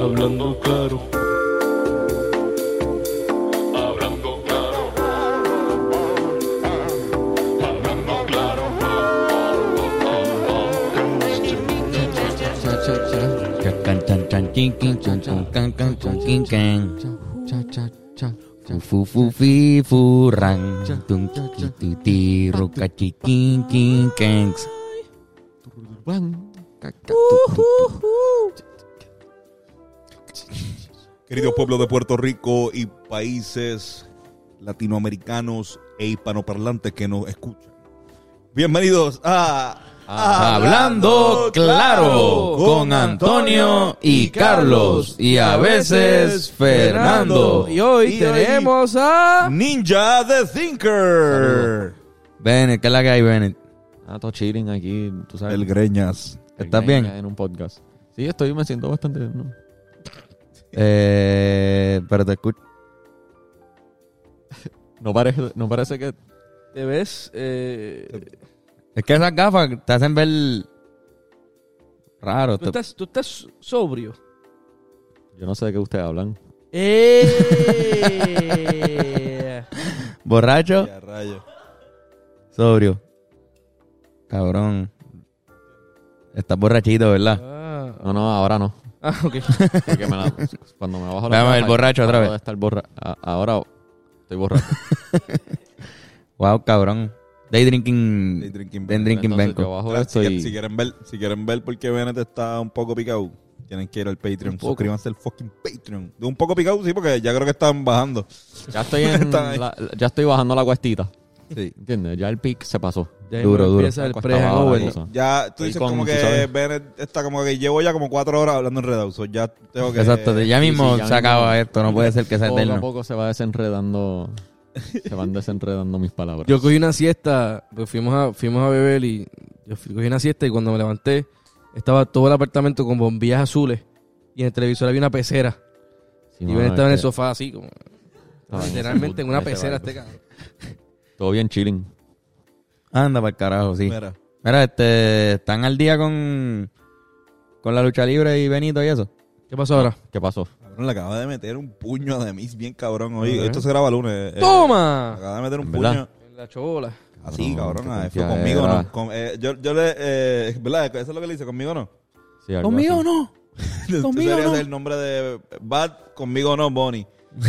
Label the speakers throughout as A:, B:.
A: Hablando claro. Hablando claro. Hablando claro.
B: Cha, cha, cha. Cha, can, chan, chan, chin, quin, chan, chan, can, can, chan, quin, can.
C: Cha, cha, cha,
B: Fu, fu, fu, fi, fu, ran. Tum, ti, ti, ti, ti, roca, chi, quin, quin, can.
C: Juan.
D: Querido pueblo de Puerto Rico y países latinoamericanos e hispanoparlantes que nos escuchan. Bienvenidos a
B: Hablando claro con Antonio y Carlos y a veces Fernando.
C: Y hoy
D: Y hoy-
C: tenemos a.
D: Ninja the Thinker.
B: Bennett, ¿qué es la que hay, Bennett?
C: Ah, todo chilling aquí, tú sabes.
D: El Greñas.
B: ¿Estás bien?
C: En un podcast. Sí, estoy, me siento bastante. bien, ¿no?
B: Eh, pero te escucho.
C: No parece, no parece que te ves.
E: Eh,
B: Es que esas gafas te hacen ver raro.
E: Tú estás, tú estás sobrio.
C: Yo no sé de qué ustedes hablan.
E: ¡Eh!
B: Borracho,
D: Ya, rayo.
B: sobrio. Cabrón. Estás borrachito, ¿verdad?
E: ah,
C: No, no, ahora no.
E: Ah, ok.
C: Porque me la- cuando me bajo la.
B: Vamos, el
C: gafa,
B: borracho otra
C: ahora
B: vez.
C: voy a estar borra- a- ahora estoy borracho.
B: Wow, cabrón. Day drinking.
D: Day drinking
B: Day drinking
C: Entonces,
B: Benko.
C: yo bajo
D: Ahora,
C: esto
D: si,
C: y-
D: si quieren ver, si quieren ver por qué Bennett está un poco picado, tienen que ir al Patreon. Suscríbanse al fucking Patreon. De un poco picado, sí, porque ya creo que están bajando.
C: Ya estoy en
D: Está ahí.
C: la- ya estoy bajando la cuestita.
B: Sí.
C: ¿Entiendes? Ya el pic se pasó.
E: Ya
B: Duro,
E: mismo
B: duro.
E: Empieza el
C: Cuesta bajar la
E: pre-hangover.
C: Pues, cosa.
D: Ya tú
C: Estoy
D: dices
C: con-
D: como
C: tú
D: que
C: sabes.
D: Bennett está como que llevo ya como cuatro horas hablando enredado. so ya tengo que.
B: Exacto, ya
C: sí,
B: mismo
C: sí, ya
B: se
C: mismo.
B: acaba esto, no puede ser que sea
C: Poco a
B: eterno.
C: poco se va desenredando. Se van desenredando mis palabras.
E: Yo cogí una siesta, pues fuimos a, fuimos a beber y yo fui- cogí una siesta y cuando me levanté estaba todo el apartamento con bombillas azules y en el televisor había una pecera. y
C: Sí, mano,
E: Ben
C: es
E: estaba en el
C: que
E: sofá así, como
C: estaba en
E: literalmente
C: ese
E: en
C: mood,
E: una
C: ese
E: pecera
C: vibe.
E: este cabrón.
C: Todo bien chilling.
B: Anda para el carajo, sí.
D: Mira,
B: Mira, este, están al día con, con la lucha libre y Benito y eso.
E: ¿Qué pasó ahora?
C: ¿Qué pasó?
D: cabrón, le acaba de meter un puño a Demis bien cabrón hoy.
E: Ajá.
D: Esto se graba lunes. eh, Le
E: ¡Toma!
D: acaba de meter un
C: En
D: puño.
C: verdad.
E: En la chola.
D: Así,
C: No,
D: cabrón.
C: qué
D: ah, fue
C: confiadera.
D: conmigo, ¿no? Con- eh, yo, yo le. eh, ¿Verdad? Eso es lo que le hice, conmigo, ¿no?
C: Sí, algo
B: ¿Conmigo
C: así.
B: no?
D: Conmigo, no. el nombre de Bad, conmigo, no, Bonnie.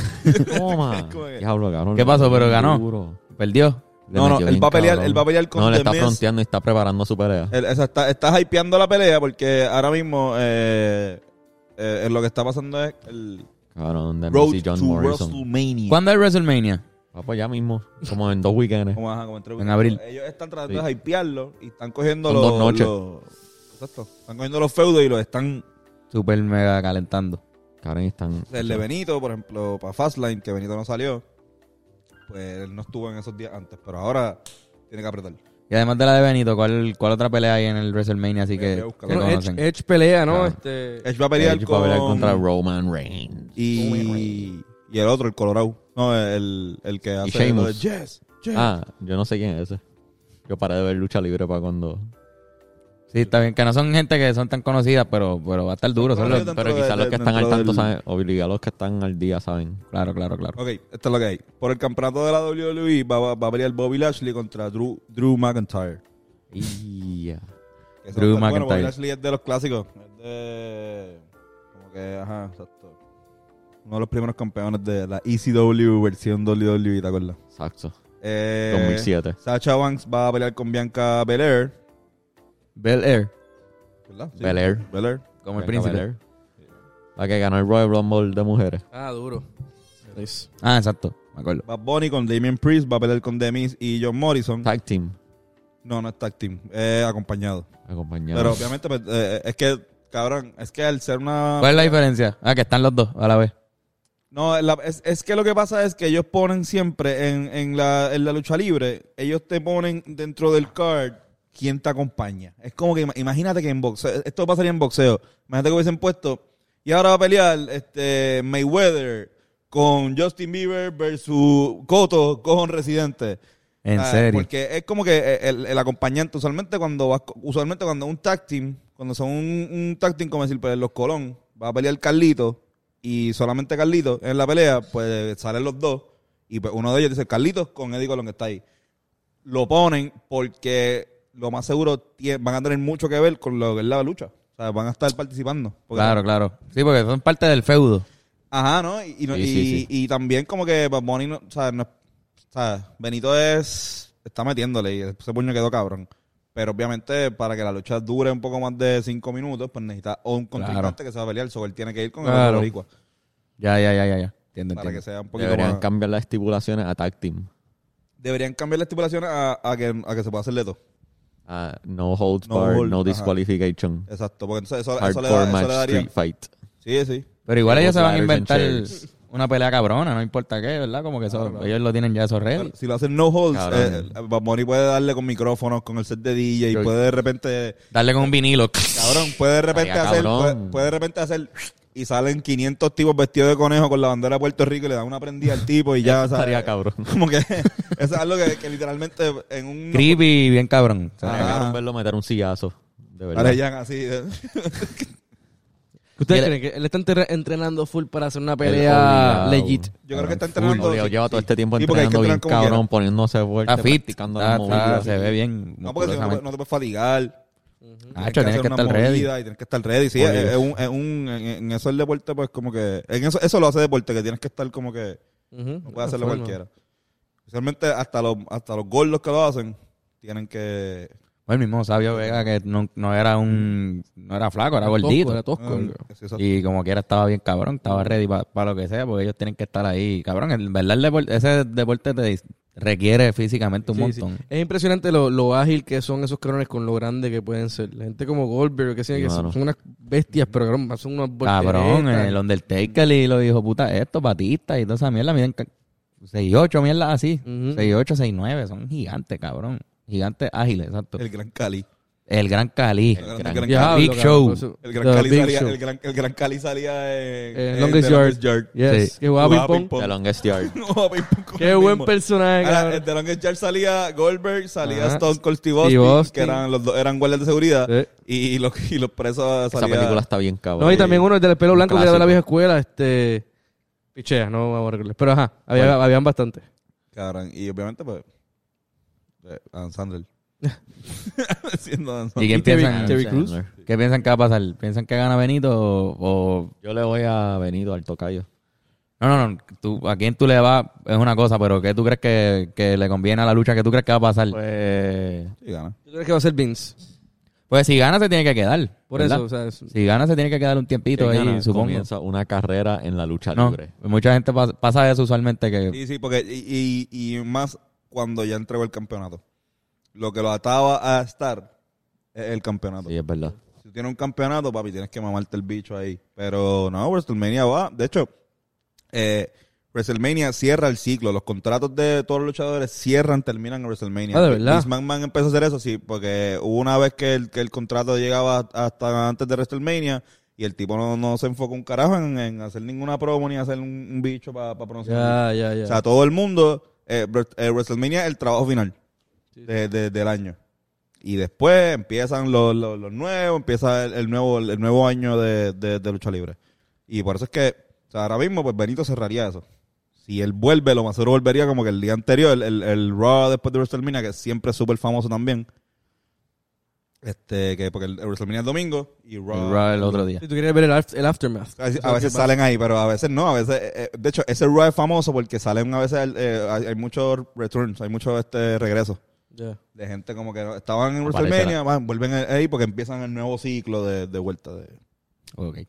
C: Toma.
D: ¿Cómo es?
C: Diablo, cabrón.
B: ¿Qué pasó? Pero
C: Bien
B: ganó.
C: duro.
B: Perdió.
C: Le
D: No, no,
C: metió
D: él
C: bien
D: va a pelear-
C: cabrón.
D: él va a pelear con
C: No, le
D: The
C: está
D: Miz.
C: fronteando y está preparando su pelea.
D: El- esa está- estás hypeando la pelea porque ahora mismo eh, eh, eh, lo que está pasando es el
C: Cabrón, The
D: Road
C: Miz y John
D: to
C: Morrison.
D: WrestleMania.
B: ¿Cuándo es WrestleMania?
C: Ah, pues ya mismo. Como en dos weekends.
D: Como, ajá, como entre-
B: En abril.
D: Ellos están tratando
C: Sí.
D: de hypearlo y están cogiendo
C: Son
D: los.
C: dos noches.
D: los- exacto. Están cogiendo los feudos y los están.
B: Super mega calentando.
C: Cabrón, están.
D: El de Benito, por ejemplo, para Fastlane, que Benito no salió. Pues él no estuvo en esos días antes, pero ahora tiene que apretar.
B: Y además de la de Benito, ¿cuál, cuál otra pelea hay en el WrestleMania así
D: Eh, Voy a-
B: que,
D: voy a buscar.
B: que
D: Bueno,
B: conocen?
E: Edge, Edge pelea, ¿no?
C: Claro.
E: Este,
D: Edge va a pelear,
C: Edge va
D: con,
C: a pelear contra Roman Reigns.
D: y, y el otro, el Colorado. No, el, el que hace lo de
C: Sheamus.
D: Yes, yes.
C: Ah, yo no sé quién es ese. Yo paré de ver lucha libre para cuando.
B: Sí, está bien, que no son gente que son tan conocidas, pero, pero va a estar duro. son
D: Pero-
B: los-
D: dentro
C: Pero
D: de-
C: quizás los
D: de-
C: que están al
D: dentro
C: tanto
D: del-
C: saben, obliga a los que están al día saben.
B: Claro, claro, claro.
D: Ok, esto es lo que hay. Por el campeonato de la WWE va, va- va a pelear Bobby Lashley contra Drew, Drew McIntyre.
C: Ya.
D: Que
B: Drew
D: son- Bueno, Bobby
B: McIntyre.
D: Lashley es de los clásicos. Es de... Como que, ajá, exacto. Uno de los primeros campeones de la ECW versión WWE, ¿te acuerdas?
C: Exacto.
D: Eh,
C: 2007.
D: Sacha Banks va a pelear con Bianca Belair.
B: Bel Air,
D: ¿Verdad? Sí.
C: Belair.
D: Belair.
B: como el
C: Bianca
B: príncipe.
C: Belair. La que ganó el Royal Rumble de mujeres.
E: ah, duro. Nice.
B: Ah, exacto, me acuerdo.
D: Bad Bunny con Damien Priest. Va a pelear con Demis y John Morrison.
C: Tag Team.
D: No, no es tag team. Es acompañado.
C: Acompañado.
D: Pero obviamente pues, eh, es que, cabrón, es que al ser una...
B: ¿Cuál es la diferencia? Ah, que están los dos a la vez.
D: No, la- es, es que lo que pasa es que ellos ponen siempre en, en la, en la lucha libre, ellos te ponen dentro del card quién te acompaña. Es como que ima- imagínate que en boxeo, e, esto pasaría en boxeo. Imagínate que hubiesen puesto y ahora va a pelear este Mayweather con Justin Bieber versus Cotto con Residente.
B: En
D: Ah,
B: serio.
D: Porque es como que eh, el, el acompañante, usualmente cuando vas, usualmente cuando un tag team, cuando son un, un tag team, como decir, pues los Colón, va a pelear Carlito y solamente Carlito en la pelea, pues salen los dos y pues, uno de ellos dice Carlitos con Eddie Colón que está ahí. Lo ponen porque lo más seguro tie- van a tener mucho que ver con lo que es la lucha. O sea, van a estar participando. Porque-
B: Claro, claro. Sí, porque son parte del feudo.
D: Ajá, ¿no? Y, y, no-
C: Sí,
D: y,
C: sí, sí.
D: y también como que Bad Bunny, no, o sea, no- o sea, Benito es, está metiéndole y ese puño quedó cabrón. Pero obviamente para que la lucha dure un poco más de cinco minutos, pues necesita o un contrincante que se va a pelear, so él tiene que ir con el
E: Claro.
D: otro boricua.
B: Ya, ya, ya, ya. ya. Entiendo,
D: Para que
B: entiendo.
D: sea un poquito
C: Deberían
D: más-
C: cambiar las estipulaciones a tag team.
D: Deberían cambiar la estipulación a, a que, a que se pueda hacer de todo.
C: A no holds
D: No
C: bar,
D: hold-
C: no
D: ajá.
C: disqualification.
D: Exacto, porque entonces eso, eso, le, da-
C: Hardcore
D: eso
C: match
D: le daría...
C: street fight.
D: Sí, sí.
B: Pero igual
C: Como
B: ellos se van a
C: ladders and
B: inventar
C: chairs.
B: una pelea cabrona, no importa qué, ¿verdad? Como que eso- ellos lo tienen ya eso ready.
D: Pero si lo hacen no holds,
C: Cabrón.
D: eh, Bad Bunny puede darle con micrófonos, con el set de DJ, y
B: Yo-
D: puede de repente...
B: Darle con un vinilo.
D: Cabrón, puede de repente
B: Estaría
D: hacer.
C: cabrón.
D: Puede, puede de repente hacer. Y salen 500 tipos vestidos de conejo con la bandera de Puerto Rico y le dan una prendida al tipo y ya. o sea, eh,
C: Estaría cabrón.
D: Como que. Eso es algo que, que literalmente en un.
B: Creepy, bien cabrón. O sea,
C: Estaría
D: Ajá.
C: cabrón verlo meter un sillazo. De verdad.
D: Arellán así. eh.
E: ¿Ustedes
B: Y
E: creen que él está entre- entrenando full para hacer una
C: obligado.
E: pelea legit?
D: Yo creo que está
C: Full.
D: entrenando,
C: Obligado,
D: sí,
C: lleva
D: sí.
C: todo este tiempo
D: Sí, porque hay que
C: entrenando bien
D: entrenar como
C: cabrón,
D: quiera.
C: poniéndose fuerte,
B: está fit.
C: practicando
B: está-
C: las movidas.
B: está- se ve bien.
D: No, porque si no, te-
B: musculosamente.
D: no te puedes fatigar.
B: Nacho, tienes que
D: hacer una
B: estar ready.
D: movida Y tienes que estar ready. Sí, es, es un, es un- en, en eso el deporte, pues como que. En eso, eso lo hace deporte, que tienes que estar como que.
E: Ujú.
D: No puede hacerlo
E: Forma.
D: cualquiera. Especialmente hasta los, hasta los gordos que lo hacen, tienen que.
B: O el mismo Sabio Vega que no, no era un no era flaco, era
E: Tosco,
B: gordito.
E: era tosco.
D: Ah, sí, exacto.
B: Y como quiera estaba bien cabrón, estaba ready para lo que sea, porque ellos tienen que estar ahí. Cabrón, en verdad el deporte, ese deporte te dis- requiere físicamente un
E: Sí, sí.
B: montón.
E: Es impresionante lo, lo ágil que son esos cabrones con lo grande que pueden ser. La gente como Goldberg, que, sí, que son,
C: Mano.
E: son unas bestias, pero cabrón, son unas
B: Cabrón, eh,
E: volteretas.
B: el Undertaker y los hijos puta estos, Batista y toda esa mierda, miden 6'8, mierda así.
E: Ujú.
B: 6'8, 6'9, son gigantes, cabrón. Gigantes ágiles, exacto.
D: El
B: El,
D: Gran Cali.
B: Gran Cali.
D: El Gran- el Gran
E: Diablo,
B: Big
E: cabrón,
B: Show.
E: eso-
D: El Gran,
E: The
D: Cali
E: Big
D: salía,
E: Show.
D: el, gran, el Gran Cali salía en,
E: Eh,
D: en
E: Longest
D: The
E: Yard.
D: Yard.
E: Yes,
B: Sí.
E: que jugaba
D: Jugaba
E: ping-pong.
D: ping-pong.
C: The longest yard.
D: Jugaba ping-pong con
E: Qué
D: el
E: buen
D: mismo. Ah,
E: personaje,
D: Era,
E: cabrón.
D: en The Longest Yard salía Goldberg, salía
E: Ajá.
D: Stone Cold Steve
E: Steve
D: Austin,
E: Austin.
D: que eran los dos eran guardias de seguridad,
E: Sí.
D: y, los, y los presos
C: Esa
D: salía...
C: película está bien cabrón.
E: No, y también uno del pelo
C: Un
E: blanco que era de la
C: clásico.
E: vieja escuela, este. Pichea, no vamos a recordarles. Pero ajá, había, habían bastante.
D: Cabrón, y obviamente, pues, eh, Adam Sandler. Siendo Adam
B: ¿Y
D: Sandler.
B: quién
E: Y Terry-
B: piensan?
E: Terry Crews.
B: ¿Qué piensan que va a pasar? ¿Piensan que gana Benito o, o-
C: Yo le voy a Venido al tocayo.
B: No, no, no. Tú, a quién tú le vas es una cosa, pero ¿qué tú crees que, que le conviene a la lucha? ¿Qué tú crees que va a pasar? Pues,
C: Pues.
D: Sí, gana.
E: Yo creo que va a ser Vince.
B: Pues si gana, se tiene que quedar.
E: Por
B: ¿verdad?
E: eso, o sea, es-
B: Si gana, se tiene que quedar un tiempito ahí,
C: Quien gana
B: supongo.
C: Comienza una carrera en la lucha
B: No,
C: libre.
B: mucha gente pas- pasa eso usualmente que...
D: Sí, sí, porque y, y- y más cuando ya entregó el campeonato. Lo que lo ataba a estar es el campeonato.
C: Sí, es verdad.
D: Si tú tienes un campeonato, papi, tienes que mamarte el bicho ahí. Pero no, WrestleMania va. De hecho, eh, WrestleMania cierra el ciclo. Los contratos de todos los luchadores cierran, terminan en WrestleMania.
E: Ah, ¿de verdad?
D: Vince McMahon empezó a hacer eso, sí, porque hubo una vez que el, que el contrato llegaba hasta antes de WrestleMania y el tipo no, no se enfocó un carajo en, en hacer ninguna promo ni hacer un, un bicho para pronunciar.
E: Ya, ya, ya.
D: O sea, todo el mundo, eh, Br- eh, WrestleMania es el trabajo final de- de- del año. Y después empiezan los, los- los nuevos, empieza el, el nuevo el nuevo año de, de- de lucha libre. Y por eso es que o sea, ahora mismo pues Benito cerraría eso. Si él vuelve, lo más seguro volvería como que el día anterior, el, el, el Raw después de WrestleMania, que siempre es súper famoso también. Este, que porque el, el WrestleMania es domingo y Raw.
B: el Raw el otro día.
E: si tú quieres ver el, af- el aftermath.
D: A, a
E: Eso es lo
D: veces
E: que pasa.
D: salen ahí, pero a veces no. A veces, eh, eh, de hecho, ese Raw es famoso porque salen a veces, eh, hay, hay muchos returns, hay muchos este, regresos
E: Ya.
D: de gente como que no- estaban en
C: Aparecerá.
D: WrestleMania, van, vuelven ahí porque empiezan el nuevo ciclo de, de vuelta. De...
B: Ok.
D: Así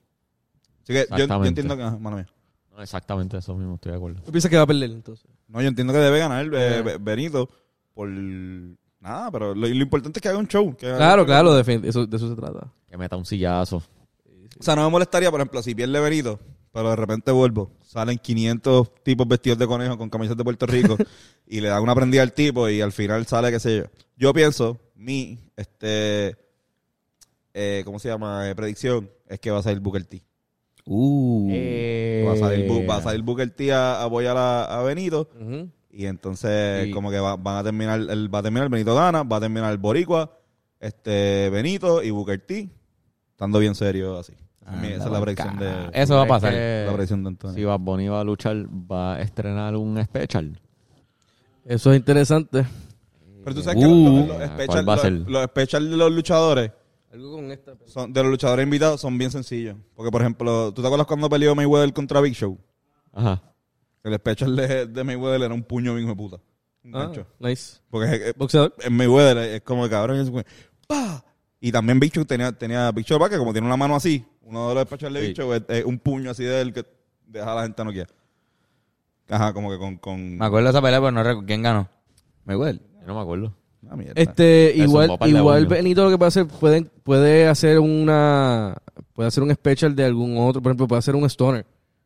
D: que yo- yo,
C: Exactamente.
D: entiendo que, ajá, mano mía.
C: No, exactamente eso mismo, estoy de acuerdo.
E: ¿Tú piensas que va a perder entonces?
D: no, yo entiendo que debe ganar eh,
E: Eh.
D: Be- Benito por nada, pero lo, lo importante es que haga un show. que haga-
E: Claro, claro, defin- eso- de eso se trata.
C: Que meta un sillazo.
D: O sea, no me molestaría, por ejemplo, si pierde Benito, pero de repente vuelvo, salen 500 tipos vestidos de conejo con camisas de Puerto Rico y le dan una prendida al tipo y al final sale, qué sé yo. Yo pienso, mi, este, eh, ¿cómo se llama? Eh, predicción, es que va a salir Booker T.
B: Uh.
C: Eh,
D: Va a salir, Bu- va a salir Booker T a a apoyar a, a Benito.
E: Ujú.
D: Y entonces,
B: Y-
D: como que va- van a terminar, el, va a terminar Benito Gana, va a terminar el Boricua, este Benito y Booker T. Estando bien serio así. Esa es la predicción de.
B: Eso va a
C: Es
B: pasar.
C: que
D: la predicción de Antonio.
C: Si Bad Bunny va a luchar, va a estrenar un special.
E: Eso es interesante.
D: Pero tú sabes que los, los- los
C: Uh,
D: special,
C: ¿cuál va a
D: los-
C: ser?
D: los special de los luchadores,
E: Algo con esta.
D: son, de los luchadores invitados, son bien sencillos. Porque, por ejemplo, ¿tú te acuerdas cuando peleó Mayweather contra Big Show?
C: Ajá.
D: El special de, de Mayweather era un puño bien hijo de puta.
E: Ah.
D: Un gancho.
E: nice.
D: Porque eh, es- es-
E: Boxeador.
D: en Mayweather es como el cabrón. Es, como, ¡pa! Y también Big Show tenía, tenía Big Show, ¿verdad? que como tiene una mano así, uno de los specials de Big Show es, es un puño así de él que deja a la gente no quiera. Ajá, como que con... con...
B: Me acuerdo de esa pelea, pero no recuerdo quién ganó. Mayweather.
C: Yo no me acuerdo.
D: Ah, mierda.
E: Este,
C: Eso,
E: igual,
C: va para el
E: igual
C: demonio.
E: Benito lo que puede hacer, puede, puede hacer una, puede hacer un special de algún otro, por ejemplo, puede hacer un stoner,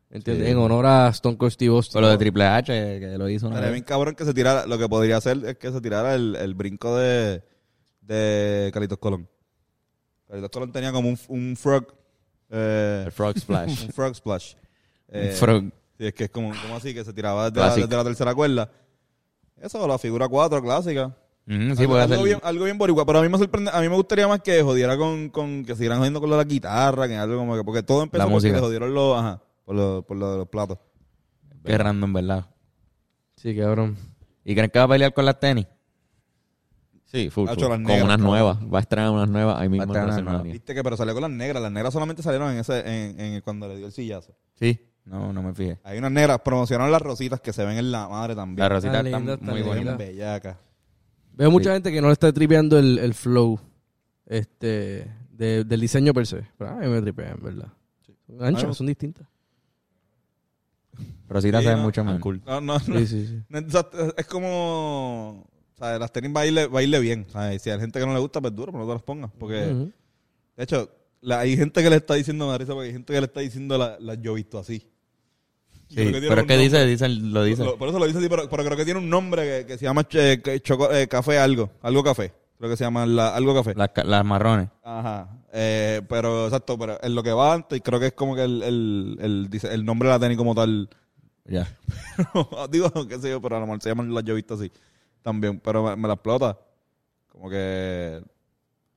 E: ¿entiendes? En honor a Stone Cold Steve Austin.
B: Por lo de Triple H, eh, que lo hizo una
D: Estaría
B: vez.
D: bien cabrón que se tirara. Lo que podría hacer es que se tirara el, el brinco de, de Calitos Colón. Calitos Colón tenía como un, un frog. eh,
C: El Frog Splash.
D: un frog splash. Eh,
B: Frog.
D: sí, es que es como, como así, que se tiraba desde la,
C: Clásico.
D: desde la tercera cuerda. Eso, la figura 4 clásica.
B: Ujú, sí,
D: algo,
B: puede
D: algo
B: hacer.
D: bien, algo bien boricua, pero a mí me sorprende, a mí me gustaría más que jodiera con, con que siguieran jodiendo con lo de la guitarra, que algo como que, porque todo empezó
B: La
D: porque
B: música.
D: le jodieron los, ajá, por lo, por lo de los platos.
B: Qué random, ¿verdad?
E: Sí, cabrón.
B: ¿Y creen que va a pelear con las tenis?
C: Sí, full,
D: Hacho,
C: full.
D: las
C: Con
D: negras,
C: unas
D: cabrón.
C: nuevas. Va a estrenar unas nuevas ahí mismo en
B: estrenar unas nuevas.
C: WrestleMania.
D: Viste que pero salió con las negras. Las negras solamente salieron en ese, en, en- cuando le dio el sillazo.
B: Sí. No, no me fijé.
D: Hay unas negras, promocionaron las rositas que se ven en la madre también.
B: La Rosita
E: Está
B: está
E: linda, está
B: muy
E: linda.
B: bonita.
D: Bien bellacas.
E: Veo mucha gente que no le está tripeando el, el flow, este, de- del diseño per se. Pero a mí me tripean, ¿verdad? Son
D: Ah, no.
E: anchas, son distintas.
B: Rosita
D: Sí,
B: se ve
D: no,
B: mucho más.
D: No, no, no.
E: Sí, sí, sí.
D: No, o sea, Es como. O sea, las tenis baile, baile bien. O sea, y si hay gente que no le gusta, pues duro, pero no te las pongas. Porque,
E: Ujú.
D: de hecho, la- hay gente que le está diciendo, me da risa, porque hay gente que le está diciendo, la, la- yo he visto así. Yo
B: Sí,
D: creo que tiene
B: pero es
D: un
B: que
D: nombre.
B: dice, dice, lo dice.
D: Lo- por eso lo dice así, pero, pero creo que tiene un nombre que, que se llama eh, que- choco- eh, café algo. Algo café. Creo que se llama la- algo café.
B: Las, ca- las marrones.
D: Ajá. Eh, pero, exacto, pero en lo que va antes, creo que es como que el, el, el, dice- el nombre de la tenis como tal.
B: Ya.
D: Digo, qué sé yo, pero a lo mejor se llaman las llovistas así también. Pero me, me la explota. Como que.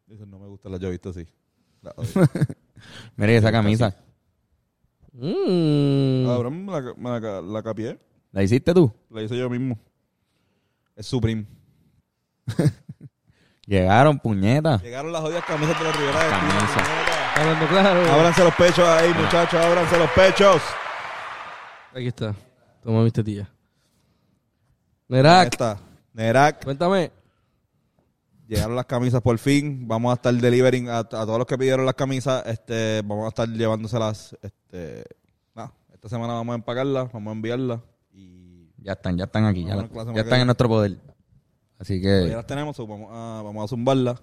D: Dice, no me gustan las llovistas así. La odio.
B: Mira, y esa camisa.
E: Mm.
D: Cabrón, me la, me la- la capié.
B: ¿La hiciste tú?
D: La hice yo mismo. Es Supreme.
B: Llegaron, puñeta.
D: Llegaron las odias camisas de los Rivera de Espina,
B: Camisa.
D: puñeta.
E: Hablando claro.
D: Ábranse los pechos ahí, muchachos. Ábranse los pechos.
E: Aquí está. Toma mi tetilla.
D: Ahí
E: Nerak,
D: está. Nerak.
E: cuéntame.
D: Llegaron las camisas por fin. Vamos a estar delivering a, a todos los que pidieron las camisas. Este, vamos a estar llevándoselas. Este, nada, esta semana vamos a empacarlas, vamos a enviarlas. Y
B: Ya están, ya están aquí. Ya, la-
D: Vamos a clase
B: ya
D: más
B: están
D: que-
B: en nuestro poder. Así
D: ya
B: que
D: las tenemos, so vamos a, vamos a zumbarlas.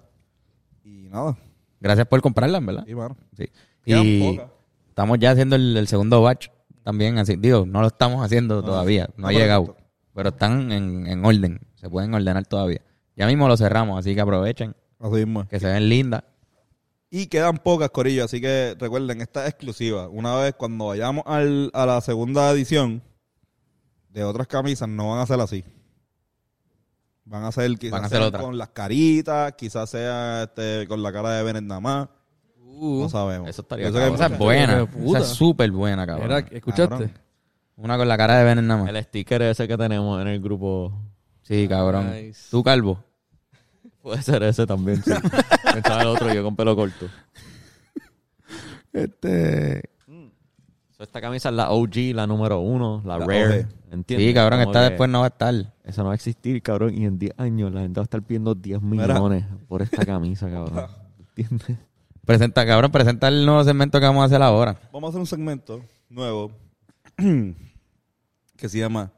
D: Y nada,
B: gracias por comprarlas, ¿verdad?
D: y bueno.
B: Sí.
D: Quedan
B: Y
D: pocas.
B: estamos ya haciendo el, el segundo batch también. Así, digo, no lo estamos haciendo todavía. No
D: no,
B: ha
D: pero
B: llegado.
D: esto-
B: Pero están en, en orden. Se pueden ordenar todavía. Ya mismo lo cerramos, así que aprovechen.
D: Así mismo es.
B: Que se ven lindas.
D: Y quedan pocas, Corillo, así que recuerden, esta es exclusiva. Una vez cuando vayamos al, a la segunda edición de otras camisas, no van a ser así. Van a ser quizás
B: Van a ser
D: sean
B: otra.
D: con las caritas, quizás sea este, con la cara de Bennett nada más.
E: Uh.
B: Uh,
D: No sabemos.
C: Eso estaría
D: Yo sé que hay
B: Esa
C: cabrón.
B: es buena.
E: Hijo de puta.
B: Esa es súper buena, cabrón.
E: Nerak, ¿escuchaste?
D: Cabrón.
B: Una con la cara de Bennett nada más.
C: El sticker ese que tenemos en el grupo.
B: Sí, cabrón.
E: Nice.
B: Tú, Calvo.
C: Puede ser ese también, sí. Pensaba el otro, yo con pelo corto.
B: Este...
C: So, esta camisa es la OG, la número uno, la,
D: La
C: rare.
D: OG.
C: ¿Entiendes?
B: Sí, cabrón,
C: Como
B: esta
C: que
B: después no va a estar.
C: Eso no va a existir, cabrón. Y en 10 años la gente va a estar pidiendo 10
D: Mira.
C: millones por esta camisa, cabrón. ¿Entiendes?
B: Presenta, cabrón, presenta el nuevo segmento que vamos a hacer ahora.
D: Vamos a hacer un segmento nuevo que se llama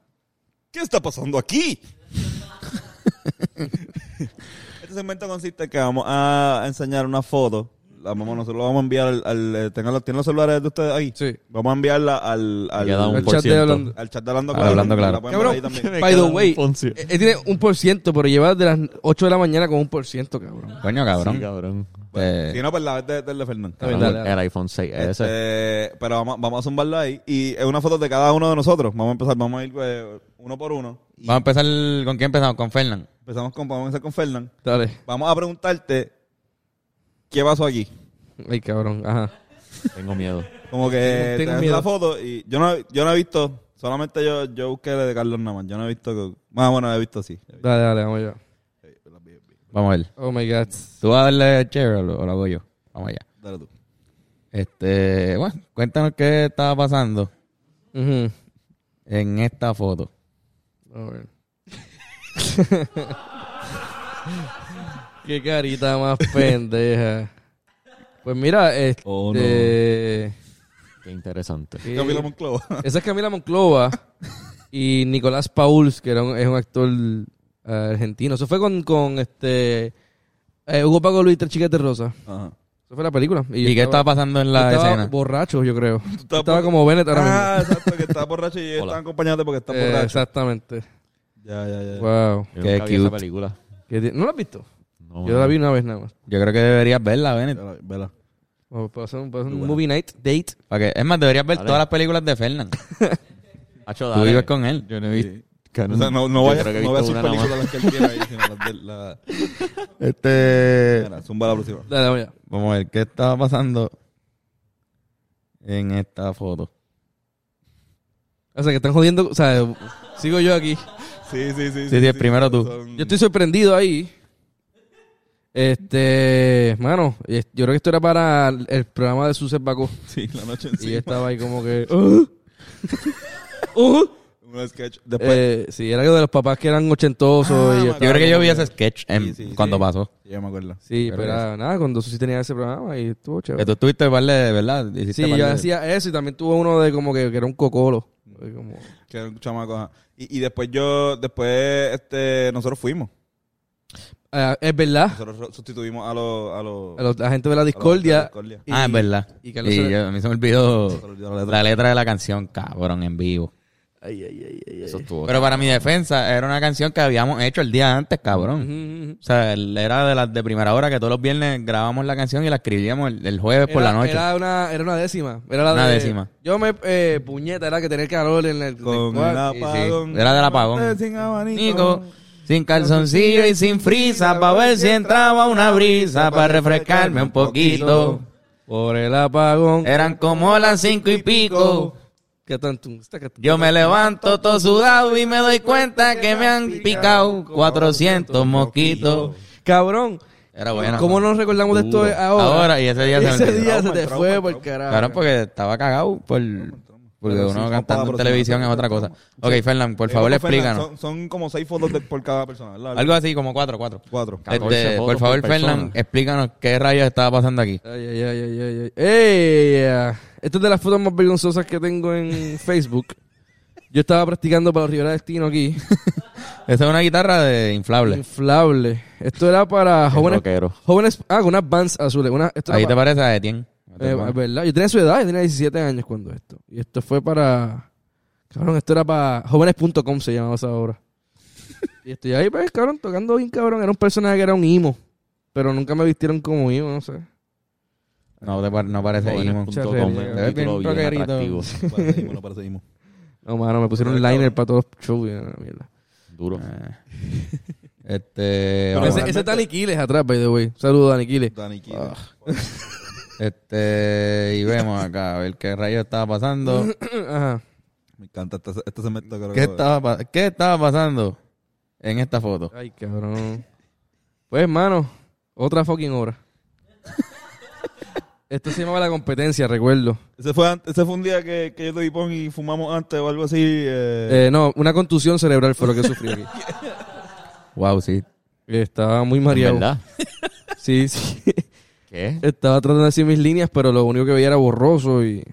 D: ¿Qué está pasando aquí? este segmento consiste en que vamos a enseñar una foto. La vamos, nosotros lo vamos a enviar al... al, eh, tengan los- ¿Tienen los celulares de ustedes ahí?
E: Sí.
D: Vamos a enviarla al... al
C: Ya da un
E: El chat de
C: por
E: hablando.
C: ciento.
D: al chat de Hablando
B: Al
D: Claro.
B: Hablando Claro.
D: La pueden ver ahí
E: Cabrón,
D: también.
E: by the
C: queda un
E: way,
C: por
E: eh,
C: ciento.
E: eh, tiene un por ciento, pero lleva de las 8 de la mañana con un por ciento, cabrón.
B: Coño, cabrón.
C: Sí, cabrón.
B: Eh,
D: Si no, pues la vez de, del de Fernández.
C: Ah,
E: bien, dale, dale.
C: El iPhone 6S.
D: Este, pero vamos, vamos a zumbarla ahí. Y es una foto de cada uno de nosotros. Vamos a empezar, vamos a ir eh, uno por uno. Y
B: Vamos a empezar el- con quién empezamos, con Fernan.
D: empezamos con, vamos a empezar con Fernan.
E: Dale.
D: Vamos a preguntarte qué pasó aquí.
E: Ay, cabrón, ajá.
C: Tengo miedo.
D: Como que
E: Tengo
D: te dan
E: miedo.
D: la foto y yo no, yo no he visto, solamente yo, yo busqué la de Carlos Namán, yo no he visto que... Ah, bueno, he visto sí.
E: Dale, dale, vamos allá.
B: Vamos a ver.
E: Oh my God.
B: ¿Tú vas a darle chévere o lo, o lo hago yo? Vamos allá.
D: Dale tú.
B: Este, bueno, cuéntanos qué estaba pasando
E: Ujú.
B: en esta foto.
E: A ver. Qué carita más pendeja. Pues mira, este.
D: Oh, no.
E: eh,
C: Qué interesante.
D: Camila Monclova.
E: esa es Camila Monclova y Nicolás Pauls, que era un- es un actor eh, argentino. Eso fue con, con este eh, Hugo Paco Luis Tres Chiquete Rosa.
D: Ajá.
E: Eso fue la película. Y, yo
B: ¿Y qué estaba pasando en la
E: yo estaba
B: escena?
E: borracho, yo creo.
D: estabas
E: Estaba
D: borra-
E: como Bennett ahora mismo.
D: Ah, exacto, que está borracho y ellos
C: Hola.
D: están acompañados porque está
E: Eh,
D: borracho.
E: exactamente.
D: Ya, ya, ya.
E: Wow.
C: Yo
B: Qué
C: nunca vi esa
B: cute.
C: película.
E: ¿Qué ti- ¿No la has visto?
C: No,
E: Yo la vi una vez nada más.
B: Yo creo que deberías verla, Bennett.
D: Vela, Vela.
E: Vamos, Para hacer un, para hacer un movie night date.
B: Pa' que- es más, deberías ver
C: Dale.
B: todas las películas de Fernan.
C: Hacho,
B: Tú
C: dale.
B: vives con él.
C: Yo no he visto.
D: O sea, no, no
C: Yo
D: vaya,
C: creo que he
D: no vaya a
C: visto
D: sus
C: una nada más.
D: películas las que él quiera ahí, sino las de la...
B: Este,
D: Mira, zumba la próxima.
E: Dale, vamos allá.
B: vamos a ver qué estaba pasando en esta foto.
E: O sea, que están jodiendo. O sea, sigo yo aquí.
D: Sí, sí, sí. Sí,
B: sí, primero tú.
D: son-
E: Yo estoy sorprendido ahí. Este, mano, es- yo creo que esto era para el- el programa de Suset Bacó.
D: Sí, la noche
E: Y yo
D: encima.
E: estaba ahí como que. "Ujú". Ujú.
D: Un sketch. Después...
E: Eh, sí, era algo de los papás que eran ochentosos.
D: Ah,
E: y yo,
B: Yo creo que yo vi ese sketch en-
D: Sí, sí,
B: cuando
D: sí.
B: pasó.
E: Eh,
D: Sí, yo me acuerdo.
E: sí, pero
B: Pero
E: era- nada, cuando Susi tenía ese programa y estuvo
B: Que
E: chévere.
B: tú estuviste par de, ¿verdad? Hiciste
E: Sí,
B: par
E: yo
B: de-
E: hacía eso y también tuvo uno de como que, que era un cocolo. Y como-
D: Que era un chamaco. ajá. Y, y después yo, después este, nosotros fuimos.
E: Ah, es verdad.
D: Nosotros ro- sustituimos a los... A los...
E: A los- la gente de la discordia.
D: Discordia.
E: y-
B: Ah, es verdad.
E: y
B: Y,
E: Carlos se-
B: yo- a mí se me olvidó
D: Se le olvidó la
B: la
D: letra.
B: letra. de la canción, cabrón, en vivo.
E: Ay, ay, ay, ay, ay.
C: Eso estuvo.
B: Pero para mi defensa, era una canción que habíamos hecho el día antes, cabrón.
E: Ujú, ujú.
B: O sea, el- era de las de primera hora que todos los viernes grabamos la canción y la escribíamos el, el jueves por
E: Era-
B: la noche.
E: Era una, era una décima. Era la
B: Una
E: de-
B: décima.
E: Yo me eh, puñeta, era que tener calor en el. en
D: Con
E: el-
D: el apagón.
B: Era del apagón.
D: Sin abanico.
B: Nico, sin calzoncillo y sin frisa, para ver si entraba una brisa, para refrescarme un poquito.
E: Por el apagón.
B: Eran como las cinco y pico.
E: Que tanto- está que-
B: Yo me levanto todo sudado y me doy cuenta que me han picado 400 mosquitos.
E: Cabrón.
B: Era buena.
E: ¿Cómo nos recordamos de esto
B: Duro.
E: ahora?
B: Ahora, y ese día se me
E: Ese
B: olvidó.
E: día se
D: Trauma,
E: te
D: trauma,
E: fue
D: trauma.
E: por carajo.
B: Claro, pues. porque estaba cagado por... Porque
D: Pero sí,
B: uno
D: vamos para la
B: cantando en
D: próxima.
B: televisión es otra cosa. Ok, Fernán, por favor,
D: Vamos con Fernan.
B: explícanos.
D: Son, son como seis fotos de- por cada persona, ¿verdad?
B: Algo así como cuatro, cuatro.
D: Cuatro.
B: Este,
C: 14 votos
B: por favor,
C: por
B: Fernán,
C: persona.
B: explícanos qué rayos estaba pasando aquí.
E: Ay, ay, ay, ay, ay, ay. ¡Ey! ah. Esta es de las fotos más vergonzosas que tengo en Facebook. Yo estaba practicando para los Rivera Destino aquí.
B: Esa es una guitarra de inflable.
E: Inflable. Esto era para jóvenes.
C: rockero.
E: Jóvenes. Ah, con unas bands azules. Una, esto era
B: Ahí te
E: para-
B: parece a Etienne.
E: eh, es verdad. Yo tenía su edad, yo tenía 17 años cuando esto. Y esto fue para. Cabrón, esto era para. Jóvenes.com se llamaba esa obra. y estoy ahí, pues, cabrón, tocando bien, cabrón. Era un personaje que era un imo. Pero nunca me vistieron como imo, no sé.
B: No, te par- no parece Imo.
E: Mucha
C: Jóvenes.com,
E: realidad.
C: un
B: Te ves bien
C: título bien
B: rockerito.
C: atractivo.
D: Parecimos, no parecimos.
E: No, mano, me pusieron liner para todos los shows. y una mierda.
C: Duro.
B: Ah. Este,
D: Pero
B: vamos
E: Ese,
B: a-
E: ese está Aniquiles atrás, by the way. Saludos, Aniquiles.
D: Dani Kidd.
B: Ah. este, y vemos acá a ver qué rayos estaba pasando.
E: Ajá.
D: Me encanta este, este cemento. creo
B: ¿Qué
D: que-
B: estaba, pa- qué estaba pasando en esta foto?
E: Ay, cabrón. Pues, hermano, otra fucking obra. Esto se llamaba La Competencia, recuerdo.
D: Ese fue, antes- ese fue un día que, que yo te di pon y fumamos antes o algo así. Eh,
E: Eh, no, una contusión cerebral fue lo que sufrí aquí.
B: Wow, sí.
E: Estaba muy mareado.
C: ¿Verdad?
E: Sí, sí.
C: ¿Qué?
E: Estaba tratando de decir mis líneas, pero lo único que veía era borroso y,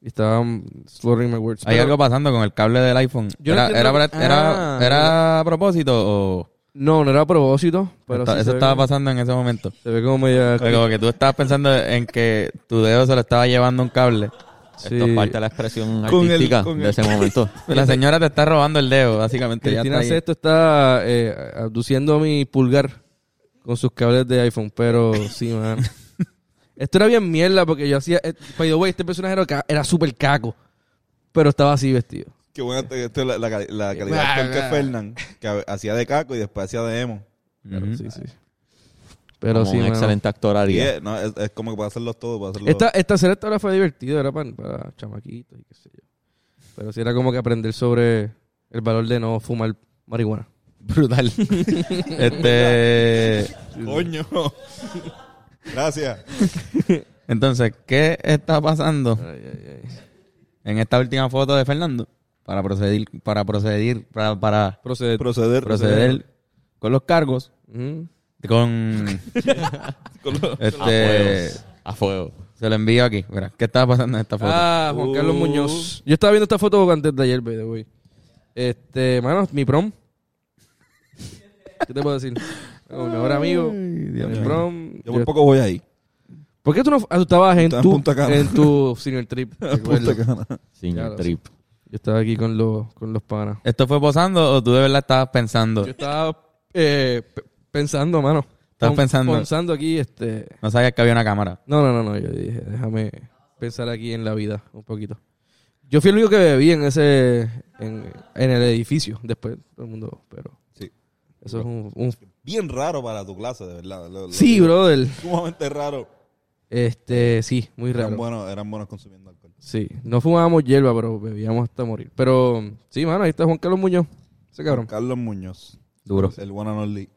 E: y estaba mm, slurring my words.
B: Hay
E: Pero-
B: algo pasando con el cable del iPhone.
E: Yo no
B: era,
E: entiendo-
B: era, para-
E: Ah.
B: era, era a propósito o
E: No, no era a propósito, pero
B: esta-
E: sí se
B: eso
E: ve
B: estaba
E: como-
B: pasando en ese momento?
E: Se ve como media...
B: Porque como que tú estabas pensando en que tu dedo se lo estaba llevando un cable.
E: Sí.
C: Esto es parte de la expresión
D: Con el-
C: artística
D: con
C: de
D: el-
C: ese momento.
B: La señora te está robando el dedo, básicamente. ya
E: Cristina
B: está ahí.
E: Sesto está eh, abduciendo mi pulgar con sus cables de iPhone, pero sí, man. Esto era bien mierda porque yo hacía... eh, by the way, este personaje era, ca- era súper caco, pero estaba así vestido.
D: Qué buena te- esto es este, la, la, cali-
B: Eh,
D: la calidad con que Fernán, que hacía de caco y después hacía de emo.
B: Ujú.
E: Sí, sí. Pero
C: como
E: sí,
C: un
E: mano.
C: excelente actor
D: Sí,
C: haría.
D: eh, no, es, es como que puede hacerlos todos. Puede hacerlos.
E: Esta, esta selecta ahora fue divertida, era para, para chamaquitos y qué sé yo. Pero sí era como que aprender sobre el valor de no fumar marihuana.
B: Brutal. este.
D: Coño. Gracias.
B: Entonces, ¿qué está pasando en esta última foto de Fernando? Para proceder, para proceder, para, para
E: Proceder.
D: Proceder.
B: proceder con los cargos,
E: Ujú.
B: con
D: Con lo-
C: A fuego.
B: este.
C: A fuego.
B: Se lo envío aquí. Mira, ¿qué está pasando en esta foto?
E: Ah, Juan
D: Uh.
E: Carlos Muñoz. Yo estaba viendo esta foto antes de ayer, by the way. Este, mano, mi prom. ¿Qué te puedo decir? Con mi mejor amigo. mi
D: mío.
E: prom.
D: Yo
E: Yo-
D: por poco voy ahí.
E: ¿Por qué tú no ah, tú estabas en
D: Estaba en
E: tu,
D: Punta Cana.
E: en tu senior trip?
D: Punta
E: recuerdo.
D: Cana.
C: Sin
E: Claro,
C: el trip.
E: Yo estaba aquí con los, con los panas.
B: ¿Esto fue posando o tú de verdad estabas pensando?
E: Yo estaba eh, pe- pensando, mano.
B: Estabas
E: Pon-
B: pensando.
E: Pensando aquí, este.
B: No sabías que había una cámara.
E: No, no, no, no. Yo dije, déjame pensar aquí en la vida un poquito. Yo fui el único que bebí en ese. en, en el edificio. Después todo el mundo. Pero.
D: Sí.
E: Eso es un. un-
D: Bien raro para tu clase, de verdad. Lo- lo-
E: Sí, brother.
D: Sumamente raro.
E: Este, sí, muy
D: Eran
E: raro.
D: buenos, eran buenos consumiendo alcohol.
E: Sí. No fumábamos hierba, pero bebíamos hasta morir. Pero. Sí, mano, ahí está Juan Carlos Muñoz. Ese cabrón.
D: Carlos Muñoz.
B: Duro.
D: El one and only.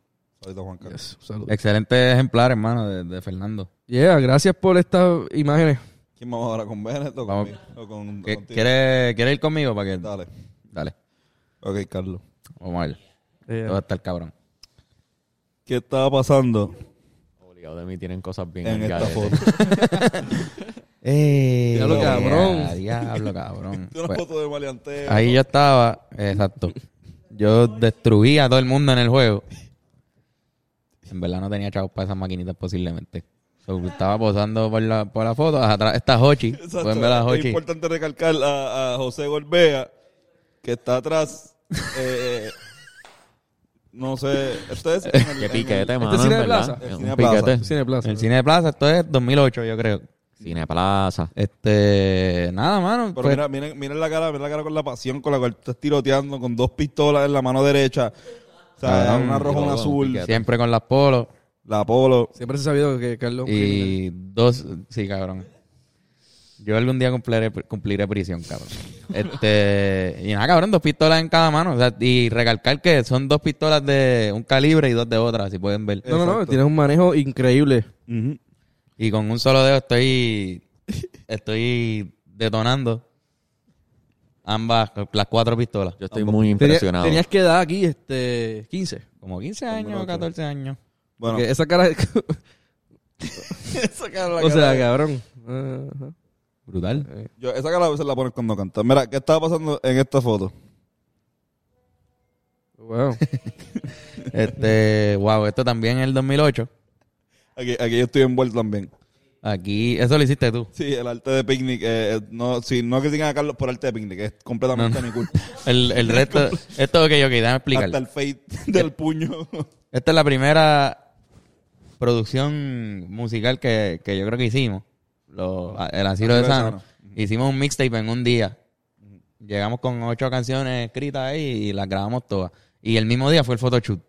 D: Ahorita Juan Carlos.
E: Yes, saludos.
B: Excelente ejemplar, hermano, de, de Fernando.
E: Yeah, gracias por estas imágenes.
D: ¿Quién vamos ahora con Bennett o
B: Vamos.
D: conmigo? O con,
B: ¿Qué-
D: contigo?
B: ¿Quieres, quieres ir conmigo para que.?
D: Dale.
B: Dale.
D: Ok, Carlos.
B: Vamos a ver.
E: Yeah.
B: Esto va a estar cabrón.
D: ¿Qué estaba pasando
C: Obligado de mí tienen cosas bien
D: en
C: al
D: esta
C: garete.
D: foto?
B: ¡Eh!
E: Diablo, cabrón.
B: Diablo, cabrón.
D: Una
B: Pues,
D: foto de maleanteo.
B: ahí yo estaba. Exacto. Yo destruía a todo el mundo en el juego. En verdad no tenía chavos para esas maquinitas posiblemente. So, estaba posando por la, por la foto. Atrás está Hochi.
D: Exacto.
C: Pues
B: Pueden ver a
D: Es
B: Hochi.
D: importante recalcar a, a José Gorbea, que está atrás. eh, no sé. Este es. en el-
C: Qué
D: en el-
C: piquete, mano.
E: Cine
C: en
E: Plaza?
C: verdad.
D: El
C: Es
D: Cine
C: un
D: Plaza.
C: piquete.
E: Cine Plaza.
B: El cine de plaza, esto es 2008, yo creo.
C: Cine Plaza.
B: Este, nada, mano.
D: Pero
B: pues,
D: mira, miren, miren la cara, miren la cara con la pasión con la cual estás tiroteando, con dos pistolas en la mano derecha. O sea,
B: Cabrón,
D: una roja, una
C: cabrón,
D: azul,
C: Ah, piquete.
B: siempre con las polos
D: la polo.
E: Siempre se ha sabido que Carlos.
B: y dos, sí, cabrón. Yo algún día cumpliré, cumpliré prisión, cabrón. Este, y nada, cabrón, dos pistolas en cada mano. O sea, y recalcar que son dos pistolas de un calibre y dos de otra, si pueden ver.
E: No, no, no,
D: Exacto.
E: tienes un manejo increíble.
D: Ujú.
B: Y con un solo dedo estoy, estoy detonando ambas, las cuatro pistolas.
C: Yo estoy muy
E: Tenía-
C: impresionado.
E: tenías que dar aquí este 15.
B: Como 15 años, 14 años.
D: Bueno,
E: Porque esa cara.
D: esa cara, la
E: o sea,
D: cara-
E: cabrón. Ajá.
B: Brutal.
D: yo- esa cara a veces la pones cuando cantas. Mira, ¿qué estaba pasando en esta foto?
E: Wow.
B: Este, wow, esto también en el 2008.
D: Aquí, aquí yo estoy envuelto también.
B: Aquí, eso lo hiciste tú.
D: Sí, el arte de picnic. eh, eh, no, sí, no que sigan a Carlos por arte de picnic, es completamente mi culpa.
B: El, el resto, esto ok, ok, déjame explicar.
D: Hasta el fade del puño.
B: Esta es la primera producción musical que, que yo creo que hicimos. Lo- a- el Asilo de Sano. Hicimos un mixtape en un día. Llegamos con ocho canciones escritas ahí y las grabamos todas. Y el mismo día fue el photoshoot.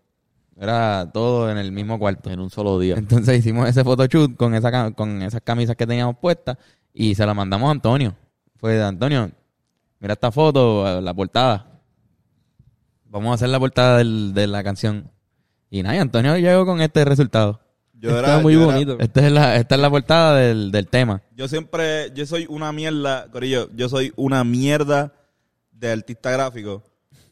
B: Era todo en el mismo cuarto.
C: En un solo día.
B: Entonces hicimos ese photoshoot con, esa, ca- con esas camisas que teníamos puestas y se la mandamos a Antonio. Fue de Antonio, mira esta foto, eh, la portada. Vamos a hacer la portada del- de la canción. Y nada, y Antonio llegó con este resultado.
D: Yo
E: Estaba muy
D: yo
E: bonito.
B: Esta es la, esta es la portada del, del tema.
D: yo siempre, yo soy una mierda, Corillo, yo soy una mierda de artista gráfico.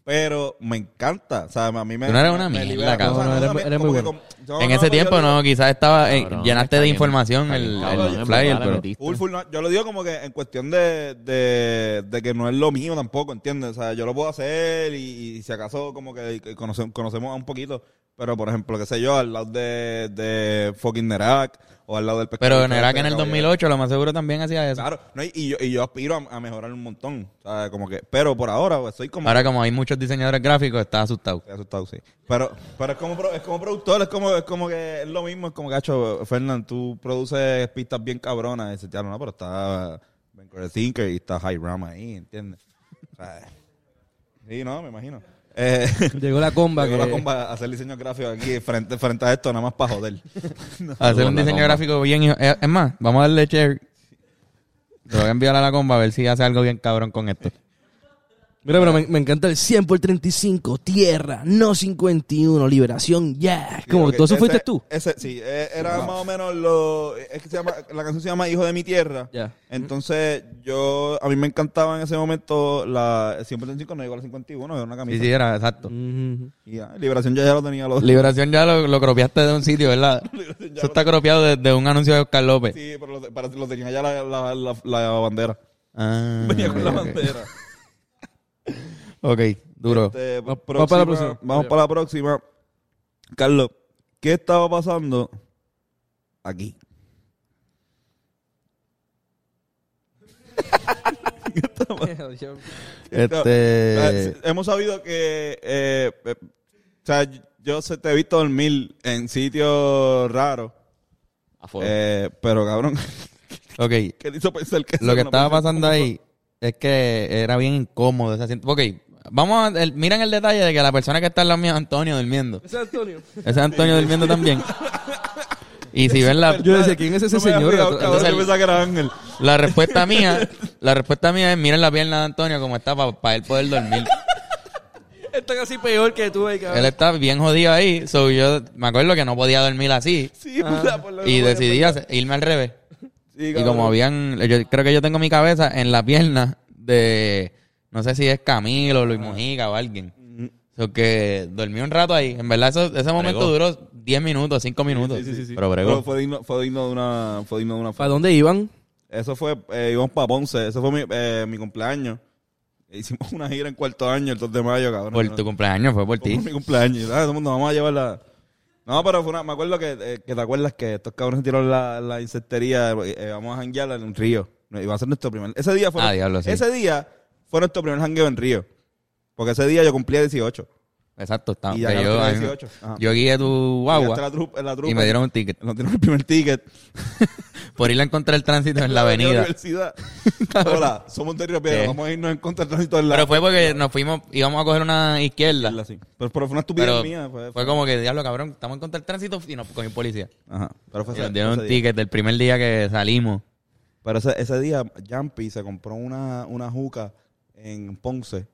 D: Pero me encanta, o sea, a mí me.
B: Tú no eres una
D: me
B: mierda,
D: libera.
E: No,
B: cabrón.
E: no, eres-
D: me-
E: eres
D: como
E: muy
D: que
E: bueno.
D: como- yo-
B: en ese
D: yo
B: tiempo
D: digo-
B: no, quizás estaba eh,
C: Cabrón,
B: llenaste
C: está
B: de
C: bien,
B: información
C: está
B: el,
C: bien,
B: el
C: cabrón, en
B: flyer,
C: verdad le
B: pero
C: metiste.
D: Full, full, no, yo lo digo como que en cuestión de, de, de que no es lo mío tampoco, ¿entiendes? O sea, yo lo puedo hacer y, y si acaso como que que conoce- conocemos un poquito, pero por ejemplo, qué sé yo, al lado de, de fucking Nerak o al lado del pescado.
B: pero en Irak
D: que
B: en el
D: acabo de
B: 2008 lo más seguro también hacía eso.
D: Claro, no, y, y yo, y yo aspiro a, a mejorar un montón. O sea, como que, pero por ahora pues, soy como...
B: Ahora como hay muchos diseñadores gráficos, está asustado.
D: Estoy asustado, sí. Pero, pero es, como, pro- es como productor, es como, es como que es lo mismo, es como gacho, Fernán, tú produces pistas bien cabronas, ese diablo, no, pero está Ben Thinker y está High Ram ahí, ¿entiendes? O sea, sí, no, me imagino. Eh,
E: Llegó la comba
D: llegó
E: que...
D: la comba a hacer diseño gráfico aquí frente, frente a esto, nada más para joder.
B: Hacer un
C: la
B: diseño
C: comba.
B: gráfico bien. hijo- eh, Es más, vamos a darle share. Lo voy a enviar a la comba a ver si hace algo bien cabrón con esto.
E: Mira, pero me, me encanta el 100 por 35, tierra, no 51, liberación, ya. Como que
D: Sí, ok.
E: todo eso fuiste
D: Ese-
E: tú.
D: Ese, sí, eh, era más o menos lo. Es que se llama, la canción se llama Hijo de mi tierra.
E: Ya.
D: Entonces, yo. A mí me encantaba en ese momento la. el 135 no llegó a la 51, era una
B: Sí,
D: camisa.
B: sí, era exacto.
E: Ujú.
D: Y ya, Liberación ya, ya lo tenía. Lo,
B: Liberación ya lo, lo cropiaste de un sitio, ¿verdad?
D: Liberación ya
B: Eso
D: lo-
B: está cropiado de, de un anuncio de Oscar López.
D: Sí, pero lo, para, lo tenía ya la, la, la, la bandera.
B: Ah,
D: Venía con la
B: ok, ok.
D: bandera.
B: Ok, duro.
D: Este,
E: Va-
D: próxima-
E: va para la próxima.
D: Vamos para la próxima. Carlos, ¿qué estaba pasando aquí?
B: Este.
D: Eh, Hemos sabido que, eh, eh, o sea, yo se te he visto dormir en sitios raros,
C: Afuera.
D: eh, pero cabrón,
B: Ok,
D: ¿qué te hizo pensar que
B: Lo que
D: era una
B: estaba
D: persona
B: pasando ahí es que era bien incómodo ese asiento. Ok, vamos a, el- miren el detalle de que la persona que está al lado mío es Antonio durmiendo.
E: Ese es Antonio.
B: Ese es Antonio durmiendo también. Y si ven la,
E: Yo decía, ¿quién es ese
D: No me había
E: señor?
D: fijado,
E: Atrás-
D: cabrón,
E: atrás-
D: yo pensaba que era Ángel.
B: la respuesta mía, la respuesta mía es miren la pierna de Antonio como está para él poder dormir.
E: Está casi peor que tú, ahí, cabrón.
B: Él está bien jodido ahí, so yo me acuerdo que no podía dormir así
D: Sí, por la- por la-
B: Ah, y
D: por la-
B: decidí hacer- irme al revés.
D: Sí,
B: Y
D: cabrón.
B: como habían, yo creo que yo tengo mi cabeza en la pierna de, no sé si es Camilo, Luis Mojica o alguien. So que dormí un rato ahí. En verdad, eso- ese momento duró 10 minutos, 5 minutos.
D: Sí, sí, sí.
C: Pero bregó.
D: fue digno, fue digno de una, fue digno de una
E: ¿Para dónde iban?
D: Eso fue, eh, íbamos para Ponce, eso fue mi, eh, mi cumpleaños. Hicimos una gira en cuarto año, el 2 de mayo, cabrón.
B: Por
D: ¿no?
B: tu cumpleaños, fue por
D: Fue
B: ti.
D: por mi cumpleaños. Ah, todo el mundo, vamos a llevarla. No, pero fue una, me acuerdo que, eh, que te acuerdas que estos cabrones tiraron la, la insectería, eh, vamos a janguearla en un río. Iba a ser nuestro primer. Ese día fue.
B: Ah, diablo, sí.
D: Ese día fue nuestro primer jangueo en río. Porque ese día yo cumplía 18.
B: Exacto, está.
D: Y ya
B: que
D: ganó
B: yo,
D: la
B: ay,
D: 18. Ajá.
B: yo guié tu
D: Y hasta
B: guagua
D: la trupa- la
B: y
D: trupa.
B: me dieron un ticket
D: Nos dieron el primer ticket.
B: por ir a encontrar el tránsito en la avenida.
D: universidad. Hola, somos de Río Piedra.
B: ¿Qué?
D: Vamos a irnos en contra del tránsito del
B: Pero
D: lado.
B: fue porque nos fuimos, íbamos a coger una izquierda.
D: Sí. Pero, pero fue una estupidez
B: Pero
D: mía.
B: fue como que, diablo, cabrón, estamos en contra del tránsito y nos cogió un policía.
D: Ajá. Pero fue
B: Y
D: ese-
B: nos
D: fue
B: dieron
D: ese
B: un
D: día.
B: ticket el primer día que salimos.
D: Pero ese, ese día, Jumpy se compró una, una juca en Ponce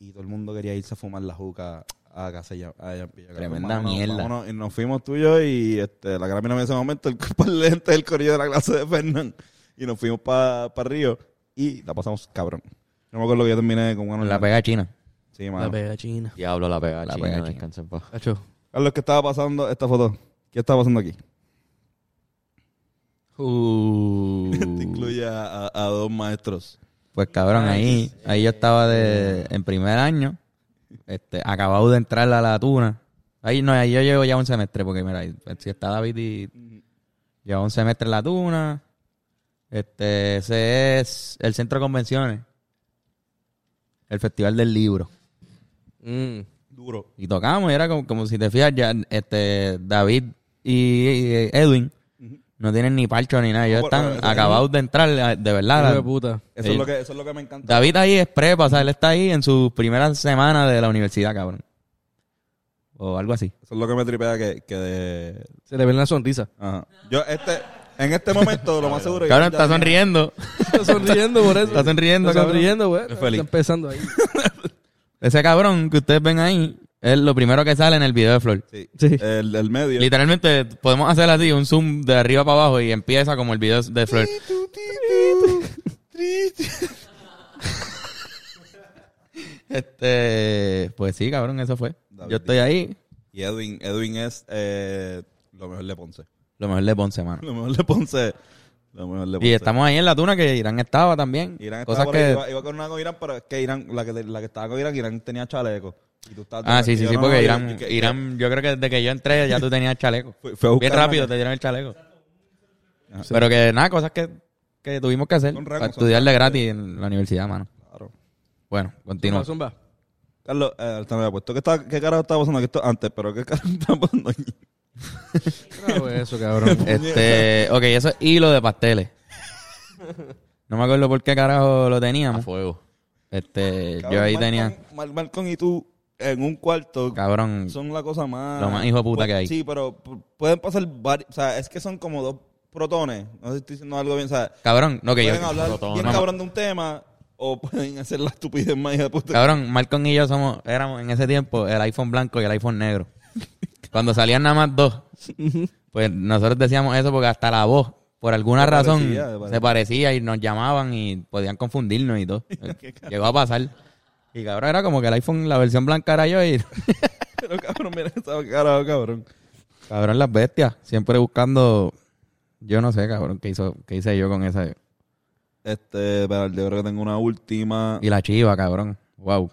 D: y todo el mundo quería irse a fumar la juca a casa de Jam- a Jumpy. Yo, cabrón,
B: Tremenda
D: vámonos,
B: mierda.
D: vámonos. y nos fuimos tú y yo y este, la gran mina en ese momento, el cuerpo al lente del corillo de la clase de Fernán. Y nos fuimos para Río y la pasamos cabrón. No me acuerdo que yo terminé con una.
B: La pega china.
D: Sí,
E: La
D: mano.
E: pega china.
C: Diablo, la pega.
B: La
C: La
B: pega
C: pega.
B: china.
C: Descansa en paz.
E: Cacho.
D: Carlos, ¿qué estaba pasando esta foto? ¿Qué estaba pasando aquí?
B: Uh.
D: Te incluye a, a- a dos maestros.
B: Pues cabrón, ahí, ahí yo estaba de, en primer año, este, acabado de entrar a la tuna. Ahí no, ahí yo llevo ya un semestre, porque mira, ahí, pues, si está David y lleva un semestre en la tuna. Este, ese es el centro de convenciones. El Festival del Libro.
E: Mm.
D: Duro.
B: Y tocamos, y era como, como si te fijas, ya este, David y, y Edwin no tienen ni parcho ni nada. Ellos
D: No, pero,
B: están
D: eso es-
B: acabados de entrar, la- de
E: Hijo
B: verdad.
E: de
B: la-
E: puta.
D: Eso,
B: Sí.
D: es lo que, eso es lo que me encanta.
B: David ahí es prepa, o sea, él está ahí en su primera semana de la universidad, cabrón. O algo así.
D: Eso es lo que me tripea que, que de...
E: Se le ve la sonrisa.
D: Ajá. Yo este, en este momento, lo más seguro... es que
B: Cabrón,
D: ya-
B: está sonriendo.
E: Está sonriendo por eso.
B: Está sonriendo,
E: Está
B: cabrón.
E: sonriendo, güey. Está
D: feliz.
E: empezando ahí.
B: Ese cabrón que ustedes ven ahí es lo primero que sale en el video de Flor.
D: Sí.
E: Sí.
D: El del medio.
B: Literalmente podemos hacer así un zoom de arriba para abajo y empieza como el video de Flor. Este, pues sí, cabrón, eso fue.
D: David.
B: Yo estoy ahí,
D: Y Edwin, Edwin es eh, lo mejor de Ponce.
B: lo mejor de Ponce, mano.
D: Lo mejor de Ponce. Lo mejor de Ponce.
B: Y estamos ahí en la tuna que Irán estaba también.
D: Irán estaba
B: Cosas
D: por ahí,
B: que Ah,
D: iba, iba con una con Irán, pero es que Irán, la que, la que estaba con Irán, Irán tenía chaleco. Y tú estabas-
B: Ah, sí,
D: y
B: sí,
D: yo,
B: sí,
D: no,
B: porque
D: no,
B: Irán,
D: yo- que-
B: Irán, yo creo que desde que yo entré ya tú tenías chaleco.
D: Fue- fue a Ah, buscar
B: Bien rápido
D: una-
B: te dieron el chaleco. Pero que nada, cosas que, que tuvimos que hacer
D: Son
B: para
D: rangos, son
B: estudiar de gratis en la universidad, mano.
D: Claro.
B: Bueno,
E: Zumba,
B: continúa.
E: zumba.
D: Carlos, eh, ahorita me había puesto. ¿Qué, está, ¿Qué carajo estaba pasando aquí esto antes? Pero ¿qué carajo estaba pasando aquí?
E: No, Ah, güey, eso, cabrón.
B: Este, ok, eso es hilo de pasteles. No me acuerdo por qué carajo lo
C: A
B: teníamos.
C: fuego.
B: Este,
D: Cabrón,
B: yo ahí
D: Malcolm-
B: tenía
D: Mal- Malcolm y tú en un cuarto
B: Cabrón.
D: son la cosa más.
B: Mm. Lo más hijo de puta
D: Pues,
B: que hay.
D: Sí, pero pu- pueden pasar varios. O sea, es que son como dos protones. No sé si estoy diciendo algo bien. O sea,
B: Cabrón, no que yo.
D: pueden hablar
C: protones.
D: bien
B: No,
D: cabrón de un tema o pueden hacer la estupidez más hija de puta.
B: Cabrón, Malcolm y yo somos, éramos en ese tiempo el iPhone blanco y el iPhone negro. Cuando salían nada más dos, pues nosotros decíamos eso porque hasta la voz, por alguna
D: Se
B: razón,
D: parecía, se parecía.
B: se parecía y nos llamaban y podían confundirnos y todo. Eh, Llegó a pasar. Y cabrón, era como que el iPhone, la versión blanca era yo y...
D: Pero cabrón, mira esa cara, cabrón.
B: Cabrón, las bestias. Siempre buscando... Yo no sé, cabrón, qué, hizo, qué hice yo con esa...
D: Este, pero yo creo que tengo una última.
B: Y la chiva, cabrón. Wow.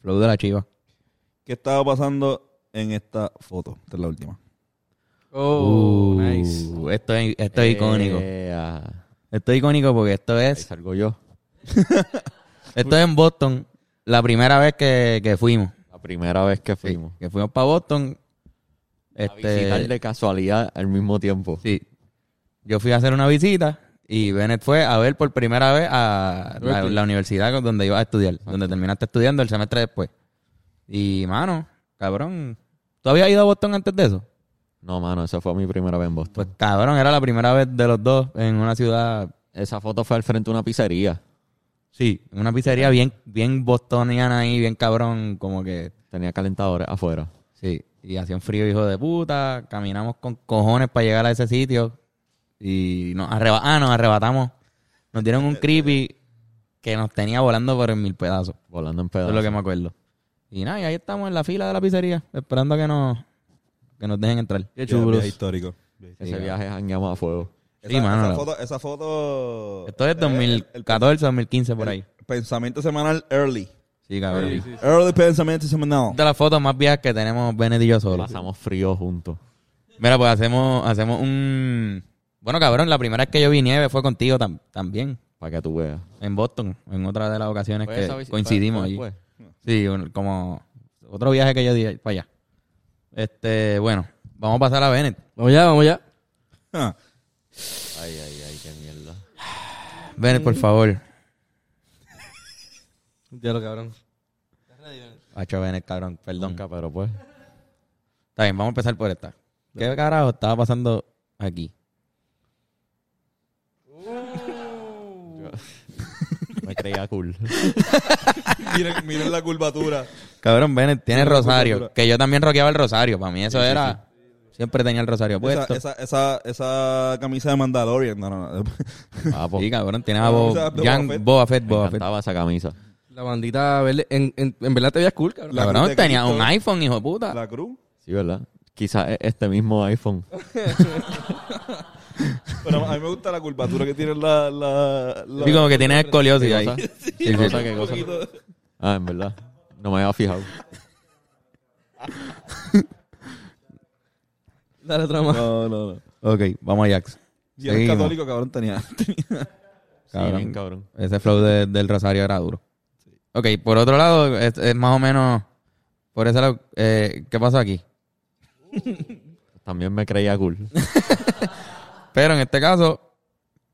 B: Flow de la chiva.
D: ¿Qué estaba pasando en esta foto? Esta es la última.
E: Oh,
B: Uh,
E: nice.
B: Esto es, esto es icónico.
C: Eh, ah,
B: Esto es icónico porque esto
C: ahí
B: es...
C: salgo yo.
B: Esto es en Boston, la primera vez que, que fuimos.
C: La primera vez que
B: Sí,
C: fuimos.
B: que fuimos para Boston.
C: A visitar
B: Este,
C: de casualidad al mismo tiempo.
B: sí. Yo fui a hacer una visita y Bennett fue a ver por primera vez a la, la universidad con- donde iba a estudiar, donde terminaste estudiando el semestre después. Y, mano, cabrón, ¿tú habías ido a Boston antes de eso?
C: No, mano, esa fue mi primera vez en Boston.
B: Pues, cabrón, era la primera vez de los dos en una ciudad,
C: Esa foto fue al frente de una pizzería.
B: sí, en una pizzería bien, bien bostoniana ahí, bien cabrón, como que
C: Tenía calentadores afuera.
B: Sí, y hacía un frío hijo de puta, caminamos con cojones para llegar a ese sitio y nos, arreba- ah, nos arrebatamos. Nos dieron un creepy que nos tenía volando por en mil pedazos,
C: Volando en
B: eso
C: pedazos.
B: es lo que me acuerdo. Y nada, y ahí estamos en la fila de la pizzería, esperando a que nos, que nos dejen entrar.
E: Qué
D: Chulo.
E: chulos.
D: histórico.
C: Ese viaje jangueamos a fuego.
B: Sí,
D: esa,
B: mano,
D: esa
B: la-
D: foto, esa foto.
B: Esto es
D: eh,
B: 2014, 2015 por
D: el
B: ahí.
D: Pensamiento semanal early.
B: Sí, cabrón.
D: Early pensamiento semanal.
B: De las fotos más viejas que tenemos Benedict y yo solos.
C: Pasamos frío juntos.
B: Mira, pues hacemos, hacemos un... Bueno, cabrón, la primera vez que yo vi nieve fue contigo tam- también.
C: Para que tú veas.
B: En Boston, en otra de las ocasiones
C: Pues esa
B: que
C: visi-
B: coincidimos
C: fue-
B: allí.
C: fue-
B: Sí, un- como otro viaje que yo di para allá. Este, bueno, vamos a pasar a Bennett.
E: Vamos ya, vamos ya.
D: Ah,
C: Ay, ay, ay, qué mierda.
B: Bennett, por favor.
E: Ya lo cabrón.
B: Hacho Bennett, cabrón, perdón.
C: Nunca, pero pues.
B: Está bien, vamos a empezar por esta. ¿Qué carajo estaba pasando aquí?
C: Me creía cool.
D: miren, miren la curvatura.
B: Cabrón, Bennett tiene
D: Una
B: rosario.
D: cultura.
B: Que yo también roqueaba el rosario. Para mí eso era... Siempre tenía el rosario
D: Esa,
B: puesto.
D: esa, esa, esa camisa de Mandalorian. No, no, no.
C: Papo,
B: Sí,
C: me
B: cabrón, tiene a
D: O
B: Boba,
D: sea, de Boba
B: Young,
D: Fett.
B: Boba Fett, Boba Fett.
C: encantaba esa camisa.
E: La bandita verde. En, en, en verdad te veías cool, cabrón.
D: La cruz
B: Cabrón,
D: de
B: tenía
D: Cristo.
B: un iPhone, hijo de puta.
D: La cruz.
C: Sí, ¿verdad? Quizás es este mismo iPhone.
D: Pero a mí me gusta la curvatura que tiene la. la, la-
B: Sí, como que tiene escoliosis ahí.
C: cosa?
B: Sí,
C: ¿Qué
B: sí,
C: cosa?
B: sí.
C: ¿Qué cosa? Ah, en verdad. No me había fijado.
E: Dale otra más.
D: No, no, no.
B: Ok, vamos a Jax.
D: Y el
B: Seguimos.
D: católico, cabrón, tenía.
B: Cabrón.
C: Sí, bien, cabrón.
B: Ese flow de- del Rosario era duro. Ok, por otro lado, es, es más o menos. Por ese lado, eh, ¿qué pasó aquí?
C: También me creía cool.
B: Pero en este caso,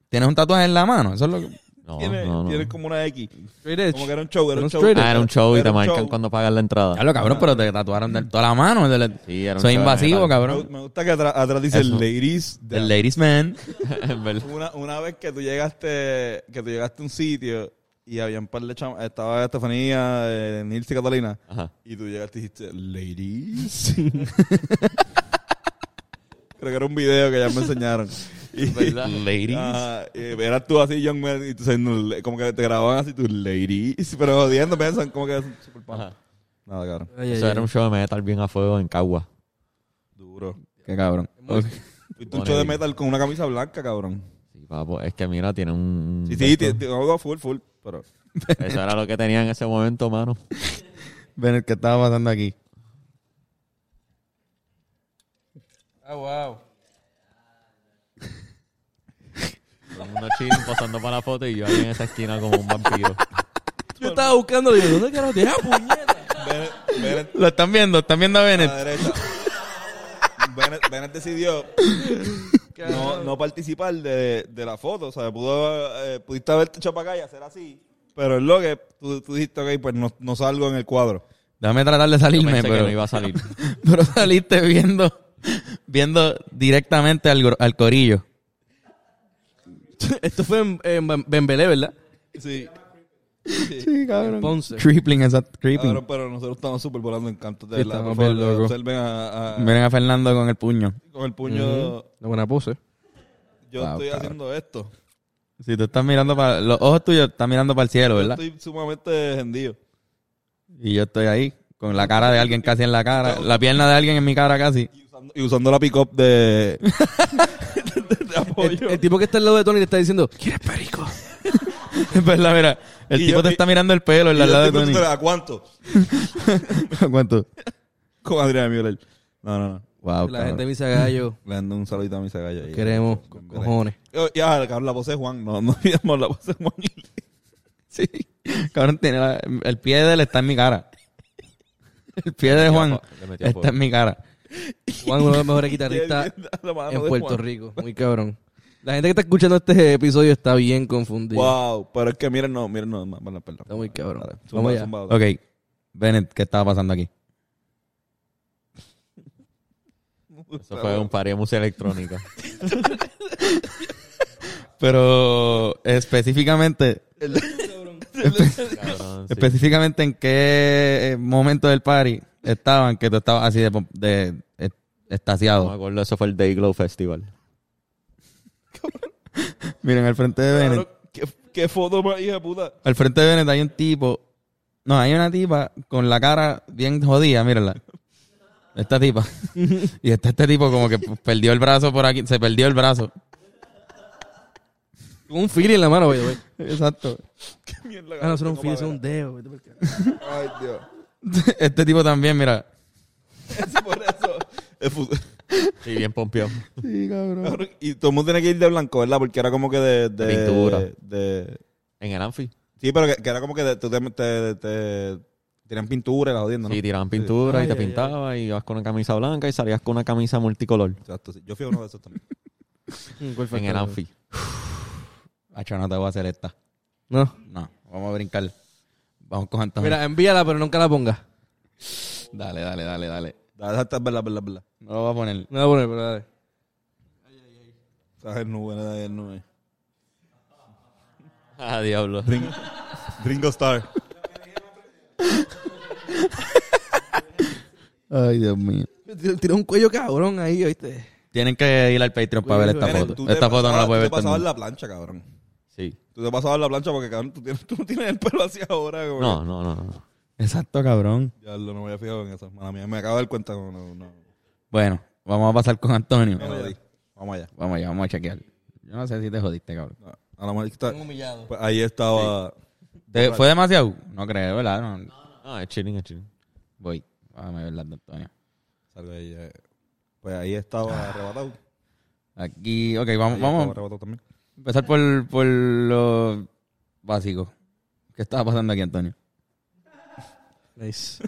B: tienes un tatuaje en la mano. Eso es lo que-
C: No,
D: tiene,
C: no, no.
D: tiene como una X.
E: Straight edge.
D: Como que era un show, era
E: Era
D: un
E: un
D: show.
E: straight edge.
C: Ah, era un show y
D: Era
C: te
D: un
C: marcan
D: show.
C: cuando pagas la entrada.
B: Diablo, cabrón, pero te tatuaron de toda la mano. de la-
C: Sí, era un
B: Soy
C: show de
B: invasivo,
C: metal.
D: Me gu-
B: cabrón.
D: Me gusta que atrás, atrás dice
B: Eso.
D: ladies.
B: El ladies man.
C: en verdad.
D: Una, una vez que tú llegaste, que tú llegaste a un sitio y había un par de chamas, estaba Estefanía, eh, Nils y Catalina,
C: Ajá.
D: y tú llegaste y dijiste, ladies. Creo que era un video que ya me enseñaron. Y,
C: ¿Verdad?
D: ah, y eras tú así, Young Man, y tú diciendo, "Le-", como que te grababan así, tú, ladies, pero jodiendo, piensan como que es un super pan.
C: Ajá.
D: Nada, cabrón.
E: Ay, ay,
C: Eso
E: ay.
C: era un show de metal bien a fuego en Cagua.
D: Duro.
B: Qué cabrón. Ok.
D: Fuiste un show de metal con una camisa blanca, cabrón.
C: Sí, papo. Es que mira, tiene un...
D: Sí, sí, te, te- algo full, full, pero...
C: Eso era lo que tenía en ese momento, mano.
B: Ven, ¿qué estaba pasando aquí?
E: Ah, wow.
C: Todo el mundo chino pasando para la foto y yo ahí en esa esquina como un vampiro.
E: Yo estaba buscando, digo, ¿dónde carajo tienes? ¡Ah, puñeta!
D: Bennett, Bennett
B: Lo están viendo, están viendo a
D: a
B: Bennett.
D: la derecha. Bennett, Bennett decidió no, no participar de, de la foto, o sea, pudo, eh, pudiste haberte hecho para acá y hacer así, pero es lo que tú, tú dijiste, ok, pues no, no salgo en el cuadro.
B: Déjame tratar de
C: Yo
B: salirme,
C: pensé que
B: pero,
C: no iba a salir.
B: pero saliste viendo, viendo directamente al, gro- al corillo.
E: Esto fue en, en Ben- Benbelé, ¿verdad?
D: Sí.
B: Sí, cabrón.
E: Ponce.
B: Tripling, exacto. Tripling.
D: Cabrón, pero nosotros estamos súper volando en canto, de
E: Sí,
D: verdad.
E: estamos
D: Por favor,
E: bien locos.
D: observen a, a-
B: Miren a Fernando con el puño.
D: con el puño.
E: Una buena pose.
D: Yo
B: Wow,
D: estoy
B: cabrón.
D: haciendo esto.
B: Si tú estás mirando para... Los ojos tuyos están mirando para el cielo,
D: Yo
B: ¿verdad?
D: estoy sumamente hendido.
B: Y yo estoy ahí, con la cara de alguien casi en la cara. La pierna de alguien en mi cara casi.
D: Y usando, y usando la pick-up de, de- de apoyo.
E: El, el tipo que está al lado de Tony le está diciendo, ¿quieres perico?
B: Es verdad, Pues mira. El
D: Y
B: tipo
D: yo-
B: te
D: y-
B: está mirando el pelo en
D: Y
B: la
D: yo
B: lado de Tony.
D: estoy preguntándole, ¿A cuánto?
B: ¿Cuánto?
D: Con Adrián Müller. No, no, no.
B: Wow,
E: la
B: cabrón.
E: gente me dice gallo,
D: Le dando un saludito a mi sagallo ahí.
E: queremos, con
D: Benbelé.
E: cojones.
D: Oh, Ya, cabrón, la voz de Juan. No, no olvidamos la voz de Juan.
B: Sí. Cabrón, tiene la- el pie de él está en mi cara. El pie de Juan
C: Le metió
B: está
D: este
C: fuego.
B: en mi cara.
E: Juan, uno de los mejores guitarristas
D: La mano
E: en
D: Ah, de
E: Puerto
D: Juan.
E: Rico. Muy cabrón. La gente que está escuchando este episodio está bien confundida.
D: Wow, pero es que miren, no, miren, no, bueno, perdón.
E: Está muy cabrón.
D: Dale, zumba,
E: Vamos allá.
D: zumba otra.
B: Ok. Bennett, ¿qué estaba pasando aquí?
C: Eso fue un party de música electrónica.
B: Pero específicamente,
C: Cabrón, sí.
B: específicamente en qué eh, momento del party estaban que tú estabas así de, pom- de, eh,
C: No me
B: estasiado.
C: acuerdo, eso fue el Day Glow Festival.
B: Miren, al frente de Bennett.
D: Cabrón, ¿Qué, qué foto más hija de puta.
B: Al frente de Bennett hay un tipo. No, hay una tipa con la cara bien jodida, mírenla. Esta tipa. y está este tipo como que perdió el brazo por aquí. Se perdió el brazo.
E: Con un fili en la mano, güey.
B: Exacto.
D: Qué mierda.
E: Ah, no, eso no es un
D: tengo
E: fili, eso es
D: madera.
E: un dedo. vete por acá.
D: Ay, Dios.
B: Este tipo también, mira.
D: Es por eso. Es fu-
C: Sí, bien pompeado.
D: Cabrón, Y todo el mundo tiene que ir de blanco, ¿verdad? Porque era como que de. de
C: De pintura.
D: de-
C: En el Anfi.
D: sí, pero que, que era como que de- tú te, te, te- tenían pintura y la jodiendo, ¿no?
C: Sí, tiraban pintura
E: Ay,
C: y te
E: ay, ay.
C: pintabas y ibas con una camisa blanca y salías con una camisa multicolor.
D: Exacto, sí. Yo fui a uno de esos también.
E: Mm, ¿cuál fue
C: En
E: el
C: el
E: cabrón?
C: Anfi.
B: Acho, no te voy a hacer esta.
E: No.
B: No, vamos a brincar. Vamos con Antonio.
E: Mira, envíala, pero nunca la ponga.
B: Pues, Dale, dale, dale, dale.
D: Da- da- da- verdad, verdad, verdad.
B: No lo voy a poner.
E: No la voy a poner, pero dale.
D: Estás en nube, estás en nube.
C: Ah, diablo.
D: Ringo Star.
B: Ay, Dios mío.
E: Tiró- Tiró un cuello cabrón ahí, ¿oíste?
B: Tienen que ir al Patreon para ver esta
E: Miren,
B: foto. Esta foto no la puede ver
D: Tú
B: todo
D: te
B: el
D: pasabas
B: mundo.
D: la plancha, cabrón.
C: Sí.
D: Tú te pasabas la plancha porque, cabrón, tú tienes, tú no tienes el pelo así ahora, güey.
C: No, no, no, no.
B: Exacto, cabrón.
D: Ya lo, no me había fijado en eso. Mala mía, me acabo de dar cuenta. No, no, no.
B: Bueno, vamos a pasar con Antonio.
D: Me jodí. Vamos allá.
B: Vamos allá, vamos a chequear. Yo no sé si te jodiste, cabrón.
D: No, A lo mejor está-
E: humillado.
D: pues ahí estaba.
B: ¿Te- ¿Fue demasiado? No creo, ¿verdad? No.
C: No, es chilling, es chilling.
B: Voy. Déjame ver la de Antonio.
D: Salgo de ahí, eh. Pues ahí estaba arrebatado.
B: Aquí, ok,
D: Ahí
B: vamos,
D: estaba
B: Pues vamos a
D: arrebatado también.
B: empezar por, por lo básico. ¿Qué estaba pasando aquí, Antonio?
E: Nice.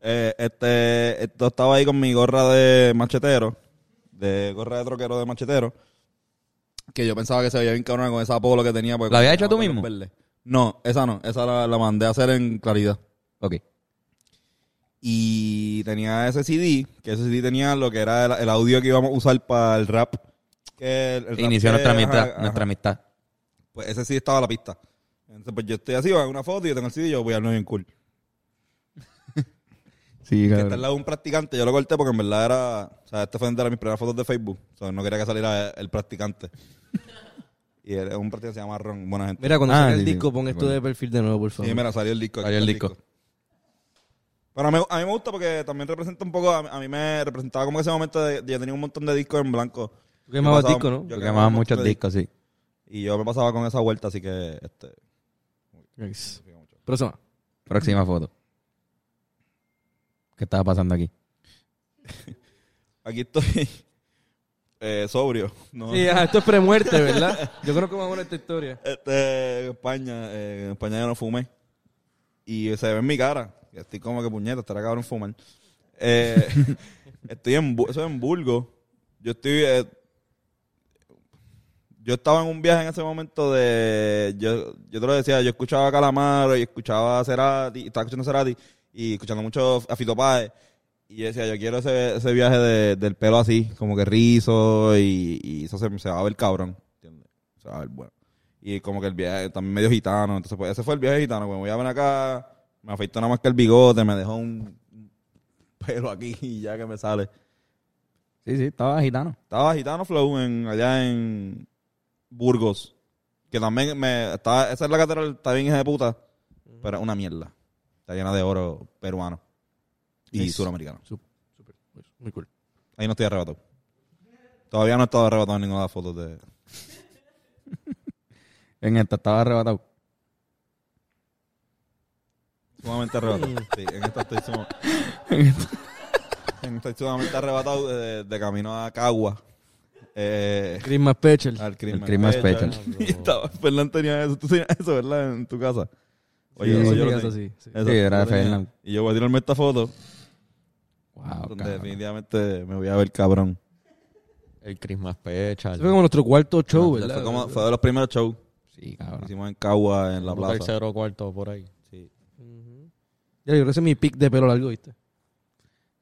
D: Eh, este, esto estaba ahí con mi gorra de machetero, de gorra de troquero de machetero, que yo pensaba que se veía bien cabrona con esa polo que tenía. porque
B: ¿La habías
D: tenía
B: hecho tú
D: los
B: mismo?
D: verdes. No, esa no, esa la, la mandé a hacer en claridad.
B: Ok.
D: Y tenía ese CD, que ese CD tenía lo que era el, el audio que íbamos a usar para el rap. Que el- el rap
B: Inició
D: que-
B: nuestra
D: ajá,
B: amistad,
D: ajá.
B: nuestra amistad.
D: Pues ese sí estaba a la pista. Entonces, pues yo estoy así, en una foto y yo tengo el CD y yo voy a no bien cool.
B: Sí,
D: Que está al lado de un practicante, yo lo corté porque en verdad era. O sea, este fue de mis primeras fotos de Facebook. O sea, no quería que saliera el practicante. y era un practicante que se llama Ron, buena gente.
E: Mira, cuando
B: Ah,
E: salga el
B: sí, sí.
E: disco, pon esto
B: Bueno.
E: de perfil de nuevo, por favor.
D: Sí, mira, salió el disco. aquí
B: Salió el
D: está
B: disco.
D: Pero a mí, a mí me gusta porque también representa un poco. A, mí- a mí me representaba como ese momento de. de- Yo tenía un montón de discos en blanco.
E: Tú quemabas
D: Yo pasaba-
E: disco, ¿no?
D: yo
B: Tú
D: quemaba
B: quemabas
D: un montón
B: muchos
D: de
B: discos, sí.
D: Y yo me pasaba con esa vuelta, así que. Este,
E: Nice. Próxima.
B: Próxima foto. ¿Qué estaba pasando aquí?
D: aquí estoy. eh, sobrio. ¿no?
E: Sí, ajá, esto es premuerte, ¿verdad? Yo creo que vamos a ver esta historia.
D: Este, en España, eh, en España yo no fumé. Y se ve en mi cara. que Estoy como que puñeta, estará cabrón fumar. Eh, estoy en, Bu- eso es en Burgos. Yo estoy. eh, yo estaba en un viaje en ese momento de. Yo, yo te lo decía, yo escuchaba a Calamaro y escuchaba a Cerati, y estaba escuchando a Cerati. y escuchando mucho a Fito Páez. Y yo decía, yo quiero ese, ese viaje de- del pelo así, como que rizo y, y eso se, se va a ver cabrón. ¿entiendes? Se va a ver bueno. Y como que el viaje también medio gitano. Entonces, pues ese fue el viaje gitano. Como voy a venir acá, me afeitó nada más que el bigote, me dejó un pelo aquí y ya que me sale.
B: Sí, sí, estaba gitano.
D: Estaba Gitano Flow en, allá en Burgos. Que también me. Está, esa es la catedral, está bien hija de puta. Pero es una mierda. Está llena de oro peruano. Y
E: Nice.
D: suramericano.
E: Súper, muy cool.
D: Ahí no estoy arrebatado. Todavía no he estado arrebatado en ninguna de las fotos de.
B: En esta estaba arrebatado.
D: Sumamente arrebatado. Sí, en esta estoy suma- en esta estoy sumamente arrebatado eh, de, de camino a Cagua. Eh,
E: Christmas Pechel.
D: al
B: El
D: crimen.
B: Christmas Special.
D: Y estaba, Fernán tenía eso. Tú tenías eso, ¿verdad? En tu casa.
E: Sí,
D: eso
E: sí,
D: yo lo
E: eso
D: tenía.
E: sí, sí.
D: Eso,
B: Sí, era
D: yo lo tenía.
B: Fernán. Ah,
D: Y yo voy a tirarme esta foto
B: Wow,
D: donde
B: cabrón.
D: definitivamente me voy a ver cabrón.
C: El Christmas Pecha.
E: Ese fue como nuestro cuarto show, ¿verdad?
D: Ah, Fue, como, fue de los primeros shows
B: Sí,
D: que
B: cabrón.
D: hicimos en Cagua, en la plaza.
C: Tercero cuarto por ahí.
D: Sí.
E: Ujú. Ya, yo creo que ese es mi pick de pelo largo, ¿viste?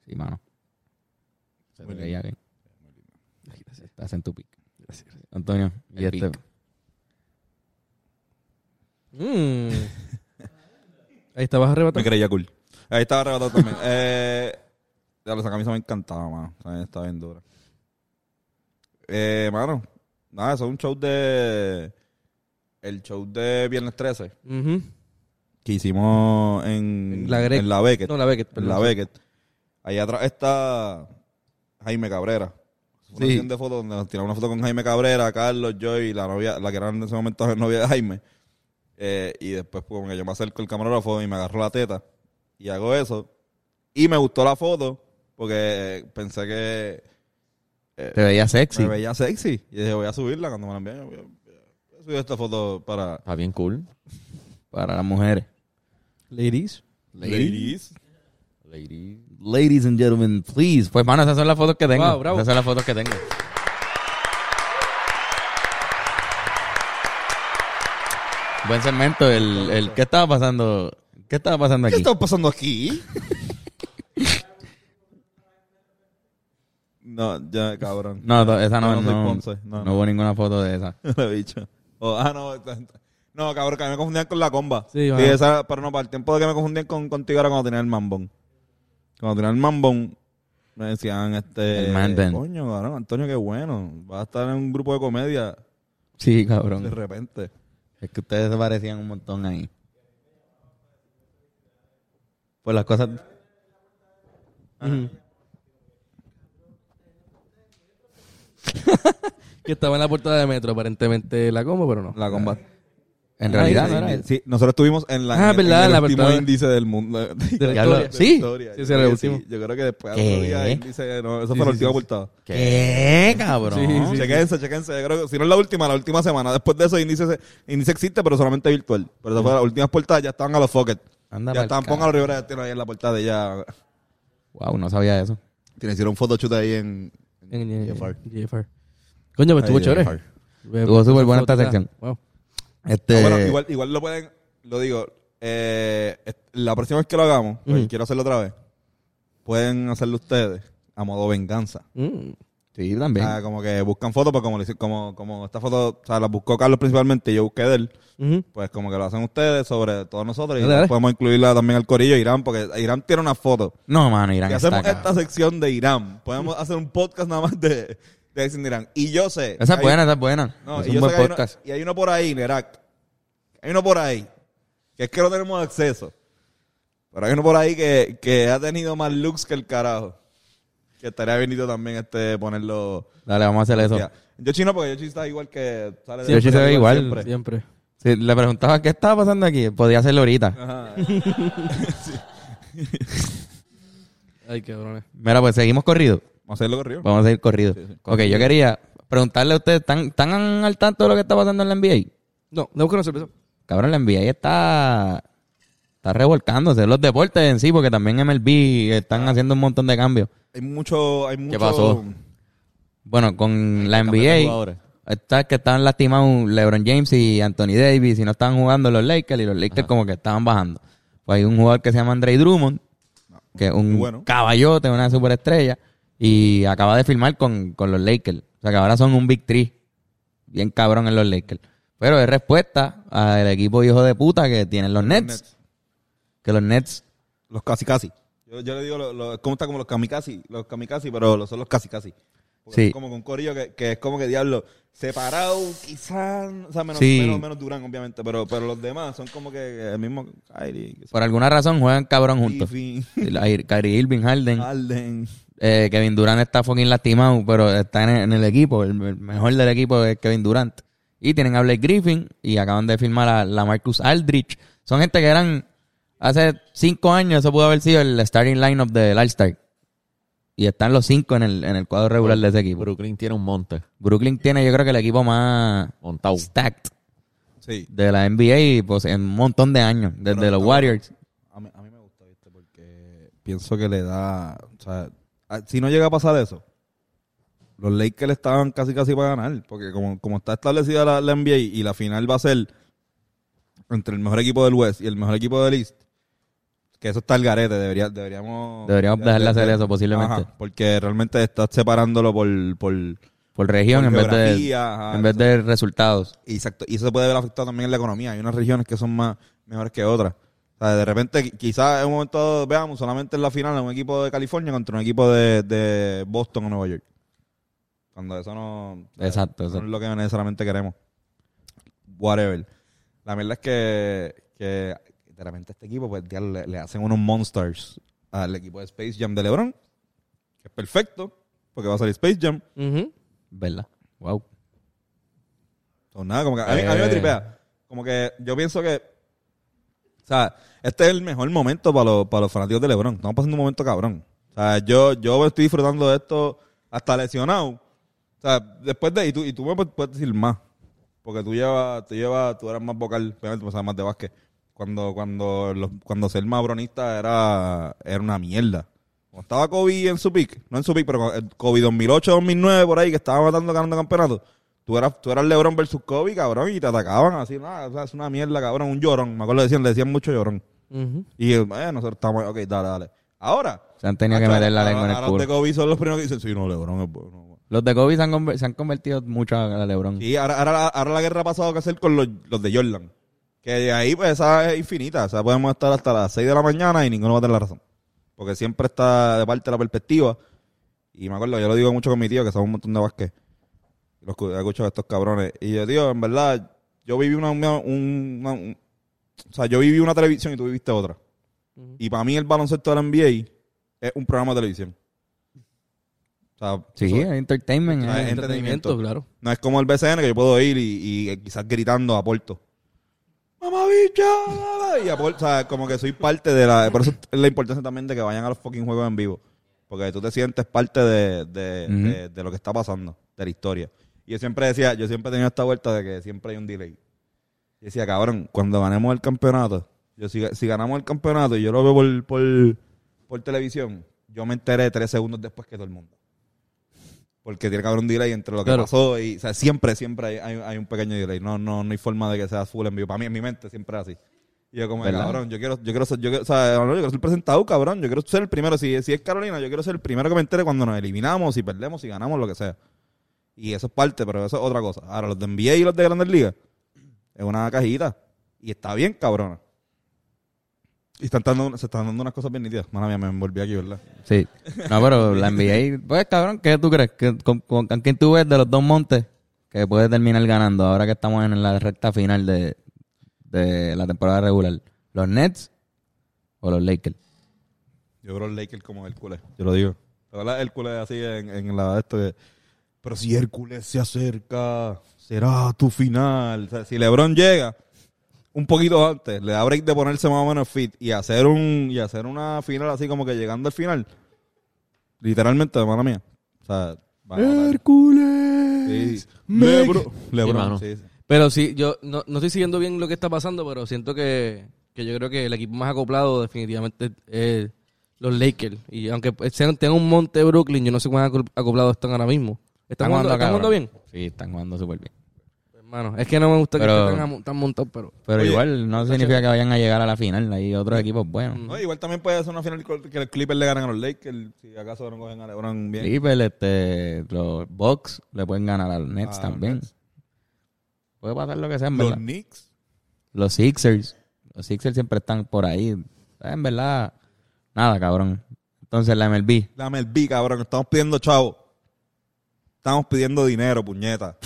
B: Sí, mano. Se te
D: Muy
B: veía bien. Estás en tu pick. Antonio, y
C: El
B: este.
C: pick.
E: Mm. Ahí estabas
D: Me
E: arrebatado.
D: creía cool. Ahí estaba arrebatado también. eh, ya, esa camisa me encantaba, mano. También está bien dura. Eh, mano, nada, eso es un show de... El show de Viernes 13
E: Ujú.
D: que hicimos en...
E: En la Grec.
D: En la Beckett.
E: No, la Beckett,
D: en
E: perdón.
D: la Beckett. Ahí atrás está Jaime Cabrera. Una
B: Sí.
D: sesión de fotos donde nos tiramos una foto con Jaime Cabrera, Carlos, yo y la novia, la que era en ese momento la novia de Jaime. Eh, y después pues, como que yo me acerco el camarógrafo y me agarro la teta y hago eso. Y me gustó la foto porque pensé que
B: Te veía sexy.
D: me veía sexy. Y dije, voy a subirla cuando me la envíen. Voy a, voy a subir esta foto para
C: Está bien cool.
B: Para las mujeres.
E: Ladies.
D: ladies.
C: Lady.
B: Ladies and gentlemen, please. Pues, mano, esas son las fotos que tengo.
E: Wow, bravo.
B: Esas son las fotos que tengo. Buen segmento. El, el, ¿Qué estaba pasando? ¿Qué estaba pasando
D: ¿Qué
B: aquí?
D: está pasando aquí? no, ya, cabrón.
B: No, to- esa no,
D: Yo no soy
B: no,
D: Ponce, no,
B: no
D: no.
B: hubo ninguna foto de esa.
D: La bicha. Oh, ah, no. esta- esta- No, cabrón, que a mí me confundían con la comba.
E: Sí,
D: Sí,
E: ajá.
D: esa, pero no, para el tiempo de que me confundían con, contigo era cuando tenía el mambón. Cuando tenía el mambón, me decían, este...
B: El mambón.
D: Coño, cabrón, Antonio, qué bueno. Vas a estar en un grupo de comedia
B: Sí,
D: de
B: cabrón.
D: repente.
B: Es que ustedes se parecían un montón ahí. Pues las cosas...
E: Ujú. que estaba en la portada de metro, aparentemente la combo, pero no.
D: La comba.
B: En
E: Ahí,
B: realidad
E: ahí,
B: no era eso.
D: Sí, nosotros estuvimos en la...
E: Ah,
D: en el-
E: verdad,
D: en
E: la
D: el último
E: portada.
D: índice del mundo. De
E: De la historia.
B: Ya lo- Sí.
D: historia.
E: Sí,
D: Yo
E: ese era
D: creo
E: el
D: que
E: último.
D: Yo creo que después...
B: ¿Qué?
D: otro día, índice, no, eso
E: Sí,
D: fue la
E: sí,
D: última
E: sí, sí.
D: portada.
B: ¿Qué, cabrón?
E: Sí, sí.
D: Chequense, chequense. Yo creo que si no es la última, la última semana. Después de eso, Índice, se- Índice existe, pero solamente virtual. Pero
E: Mm.
D: esa fue las últimas portadas ya estaban a los Fokker.
B: Anda
D: ya
B: pa'l
D: estaban, pongan los Rivera del Tiro ahí en la portada. y Ya
B: Wow, no sabía eso.
D: Tiene- hicieron photoshoot ahí en.
E: En, en-
D: GFR.
E: GFR. Coño, pues estuvo
D: Ahí,
E: chévere.
D: GFR.
B: Estuvo súper buena esta
E: Fotos,
B: sección.
E: Wow.
B: Este...
D: Ah, bueno, igual, igual lo pueden. Lo digo. eh, est- la próxima vez que lo hagamos, porque
E: Ujú.
D: quiero hacerlo otra vez, pueden hacerlo ustedes a modo venganza.
E: Mm.
B: Sí, también.
D: Ah, como que buscan fotos, pues como, le hice- como, como esta foto, o sea, la buscó Carlos principalmente, yo busqué de él.
E: Ujú.
D: pues como que lo hacen ustedes sobre todos nosotros y
E: Dale, dale.
D: podemos incluirla también al corillo de Irán porque Irán tiene una foto
B: no, mano, Irán
D: y
B: está
D: hacemos
B: acá.
D: esta sección de Irán podemos hacer un podcast nada más de de Acción de Irán y yo sé
B: Esa es
D: que
B: buena,
D: hay,
B: esa es buena.
D: no,
B: es
D: y,
B: un
D: yo
B: buen
D: sé que hay uno-
B: podcast.
D: y hay uno por ahí Nerak hay uno por ahí que es que no tenemos acceso pero hay uno por ahí que, que ha tenido más looks que el carajo que estaría bonito también este ponerlo
B: Dale, vamos a hacer eso.
D: Ya. yo chino porque yo chino está igual que sale de-
B: Yoshi se ve igual.
D: siempre.
E: Siempre.
B: Si le preguntaba qué estaba pasando aquí, podía hacerlo ahorita.
D: Ajá.
E: Ay, cabrones.
B: Mira, pues seguimos corrido.
D: vamos a hacerlo corrido
B: Vamos a ir corrido. Ok, yo quería preguntarle a ustedes, ¿están, ¿están al tanto de lo que está pasando en la NBA?
E: No, no buscan una sorpresa.
B: Cabrón, la NBA está, está revolcándose. Los deportes en sí, porque también MLB están
D: Ah.
B: haciendo un montón de cambios.
D: Hay mucho, hay mucho.
C: pasó?
B: Bueno, con la
C: cambiar de
B: NBA,
C: jugadores.
B: está que estaban lastimados LeBron James y Anthony Davis y no estaban jugando los Lakers y los Lakers como que estaban bajando. Pues hay un jugador que se llama Andre Drummond, que es un
D: bueno.
B: caballote, una superestrella, y acaba de firmar con, con los Lakers. O sea que ahora son un Big Three. Bien cabrón en los Lakers. Pero es respuesta al equipo hijo de puta que tienen los Nets.
D: Nets.
B: Que los Nets.
D: Los casi casi. Yo, yo le digo, lo- lo- ¿cómo está como los kamikaze? Los kamikaze, pero lo- son los casi casi. Porque
B: Sí.
D: es como con Corillo, que, que es como que diablo, separado, quizás, o sea, menos,
B: Sí.
D: menos, menos Durán, obviamente, pero, pero los demás son como que el mismo Kyrie, que
B: Por alguna razón juegan cabrón juntos.
D: Griffin,
B: Kyrie Kyrie Irving,
D: Ah,
B: Harden.
D: Harden.
B: Eh, Kevin Durant está fucking lastimado, pero está en, en el equipo. El, el mejor del equipo es Kevin Durant. Y tienen a Blake Griffin y acaban de firmar a la Marcus Aldrich. Son gente que eran hace cinco años, eso pudo haber sido el starting lineup del All-Star. Y están los cinco en el, en el cuadro regular de ese equipo.
C: Brooklyn tiene un monte
B: Brooklyn tiene, yo creo que el equipo más
C: montado.
B: stacked
D: Sí.
B: de la NBA pues, en un montón de años, desde
D: Pero
B: los
D: está
B: Warriors.
D: A mí, a mí me gusta, ¿viste? Porque pienso que le da. O sea, a- si no llega a pasar eso, los Lakers estaban casi casi para ganar. Porque como, como está establecida la, la NBA y la final va a ser entre el mejor equipo del West y el mejor equipo del East, que eso está el garete. Debería, deberíamos.
B: Deberíamos dejar de hacer eso, posiblemente.
D: porque realmente estás separándolo por. por
B: Por región,
D: Por
B: en vez de,
D: geografía, ajá,
B: en vez de resultados.
D: Exacto. Y eso se puede ver afectado también en la economía. Hay unas regiones que son más mejores que otras. O sea, de repente, qui- quizás en un momento dado veamos solamente en la final a un equipo de California contra un equipo de, de Boston o Nueva York. Cuando eso no, o sea,
B: Exacto,
D: no es
B: exacto.
D: lo que necesariamente queremos. Whatever. La verdad es que, que de repente a este equipo pues, diablo, le, le hacen unos monsters al equipo de Space Jam de LeBron, que es perfecto, porque va a salir Space Jam.
E: Ujú.
B: ¿Verdad? Wow.
D: O nada, como que a mí, a mí me
C: Eh.
D: tripea. Como que yo pienso que. O sea, este es el mejor momento para los, para los fanáticos de LeBron. Estamos pasando un momento cabrón. O sea, yo, yo estoy disfrutando de esto hasta lesionado. O sea, después de. Y tú, y tú me pu- puedes decir más. Porque tú llevas, tú llevas, tú eras más vocal, obviamente, o sea, más de básquet. Cuando, cuando, los, cuando ser más bronista era, era una mierda. Cuando estaba Kobe en su pick, no en su pick, pero cuando- el Kobe 2008, 2009, por ahí, que estaba matando, ganando campeonato. Tú eras, tú eras LeBron versus Kobe, cabrón, y te atacaban así, nada, o sea, es una mierda, cabrón, un llorón. Me acuerdo que decían, le decían mucho llorón.
E: Ujú.
D: Y eh, nosotros estamos, ok, dale, dale. Ahora.
B: Se han tenido que
D: macho,
B: meter la
D: ahora-
B: lengua en el
D: ahora
B: culo.
D: los de Kobe son los primeros que dicen, sí, no, LeBron es bueno.
B: Los de Kobe se han, conver- se han convertido mucho a la LeBron.
D: Sí, ahora, ahora, ahora la guerra ha pasado que hacer con los, los de Jordan. Que de ahí, pues, esa es infinita. O sea, podemos estar hasta las 6 de la mañana y ninguno va a tener la razón. Porque siempre está de parte la perspectiva. Y me acuerdo, yo lo digo mucho con mi tío, que sabe un montón de básquet. Los cu- escucho a estos cabrones. Y yo, tío, en verdad, yo viví una, una- un- una- un- O sea, yo viví una televisión y tú viviste otra. Y para mí el baloncesto de la NBA es un programa de televisión. O sea,
B: Sí,
D: eso-
B: es entertainment.
D: Ah,
B: eh.
D: es entretenimiento.
E: claro.
D: no es como el BCN que yo puedo ir y, y quizás gritando a Porto. ¡Mamabicha! Y a Porto, o sea, como que soy parte de la... Por eso es la importancia también de que vayan a los fucking juegos en vivo. Porque tú te sientes parte de, de-
B: Ujú.
D: de- de lo que está pasando, de la historia. Y yo siempre decía, yo siempre he tenido esta vuelta de que siempre hay un delay. Y decía, cabrón, cuando ganemos el campeonato, yo si, si ganamos el campeonato y yo lo veo por, por, por televisión, yo me enteré tres segundos después que todo el mundo. Porque tiene que haber un delay entre lo que
E: Claro.
D: pasó y, o sea, siempre, siempre hay, hay- hay un pequeño delay. No, no, no hay forma de que sea full en vivo. Para mí, en mi mente, siempre es así. Y yo como,
B: ¿Verdad?
D: cabrón, yo quiero, yo quiero ser, yo quiero, o sea, no, yo quiero ser presentado, cabrón. Yo quiero ser el primero. Si, si es Carolina, yo quiero ser el primero que me entere cuando nos eliminamos, si perdemos, si ganamos, lo que sea. Y eso es parte, pero eso es otra cosa. Ahora, los de NBA y los de Grandes Ligas, es una cajita. Y está bien, cabrona. Y están dando, se están dando unas cosas bien nítidas. Mala mía, me envolví aquí, ¿verdad?
B: Sí. No, pero la NBA... Pues, cabrón, ¿qué tú crees? ¿Que con, con- con quién tú ves de los dos montes que puede terminar ganando ahora que estamos en la recta final de, de la temporada regular? ¿Los Nets o los Lakers?
D: Yo creo el Laker como Hércules, yo lo digo. La verdad, Hércules así en, en la esto de, Pero si Hércules se acerca, será tu final. O sea, si LeBron llega un poquito antes, le da break de ponerse más o menos fit y hacer un y hacer una final así como que llegando al final. Literalmente, hermana mía. O sea, van a matar.
E: Hércules.
D: Sí. Lebron. Lebron,
C: mano.
D: sí, sí.
E: Pero sí, yo no, no estoy siguiendo bien lo que está pasando, pero siento que, que yo creo que el equipo más acoplado definitivamente es los Lakers. Y aunque sean, tengan un monte Brooklyn, yo no sé cuán acol- acoplados están ahora mismo. ¿Están, jugando, están jugando
B: cabrón.
E: bien?
B: Sí, están jugando súper bien.
E: Pues, Hermano, es que no me gusta
B: Pero-
E: que estén amu- tan montados, pero.
B: Pero
D: Oye,
B: igual no significa que vayan a llegar a la final. Hay otros equipos buenos.
D: No, igual también puede ser una final col- que los Clippers le ganan a los Lakers, si acaso no cogen a LeBron bien.
B: Clippers, este, los Bucks le pueden ganar a los Nets
D: Ah,
B: también. Puede pasar lo que sea, en
D: Los
B: verdad.
D: Knicks.
B: Los Sixers. Los Sixers siempre están por ahí. En verdad, nada, cabrón. Entonces la MLB.
D: La Melví, cabrón. Estamos pidiendo chavo. Estamos pidiendo dinero, puñeta.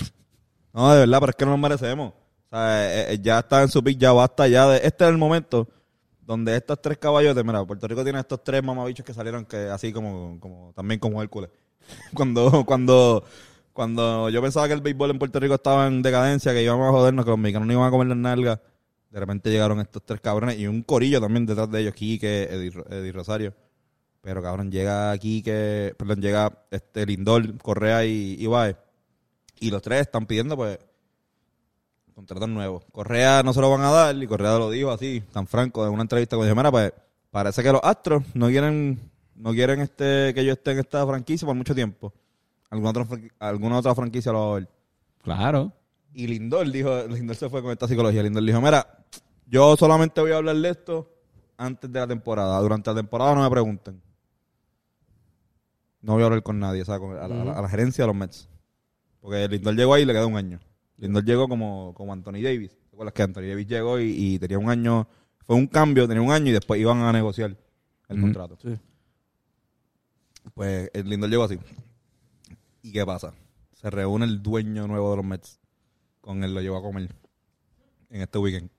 D: No, de verdad, pero es que no nos merecemos. O sea, eh, eh, ya está en su pick, ya basta ya. De, este es el momento donde estos tres caballotes, mira, Puerto Rico tiene estos tres mamabichos que salieron que así como, como también como Hércules. Cuando, cuando, cuando yo pensaba que el béisbol en Puerto Rico estaba en decadencia, que íbamos a jodernos, que los mexicanos no iban a comer las nalgas, de repente llegaron estos tres cabrones y un corillo también detrás de ellos, Quique, Eddie, Ro- Eddie Rosario. Pero cabrón, llega aquí que, perdón, llega este Lindor, Correa y Ibaez. Y los tres están pidiendo, pues, contratos nuevos. Correa no se lo van a dar, y Correa lo dijo así, tan franco, en una entrevista con Gemera, pues, parece que los Astros no quieren, no quieren este, que yo esté en esta franquicia por mucho tiempo. Alguna otra, franqui- alguna otra franquicia lo va a ver.
B: Claro.
D: Y Lindor dijo, Lindor se fue con esta psicología. Lindor dijo, mira, yo solamente voy a hablar de esto antes de la temporada. Durante la temporada no me pregunten. No voy a hablar con nadie, o sea, con- a, la, a la- a la gerencia de los Mets. Porque Lindor llegó ahí y le quedó un año. Lindor llegó como, como Anthony Davis. ¿Te acuerdas que Anthony Davis llegó y, y tenía un año? Fue un cambio, tenía un año y después iban a negociar el
B: Ujú.
D: contrato.
E: Sí.
D: Pues el Lindor llegó así. ¿Y qué pasa? Se reúne el dueño nuevo de los Mets. Con él lo llevó a comer en este weekend.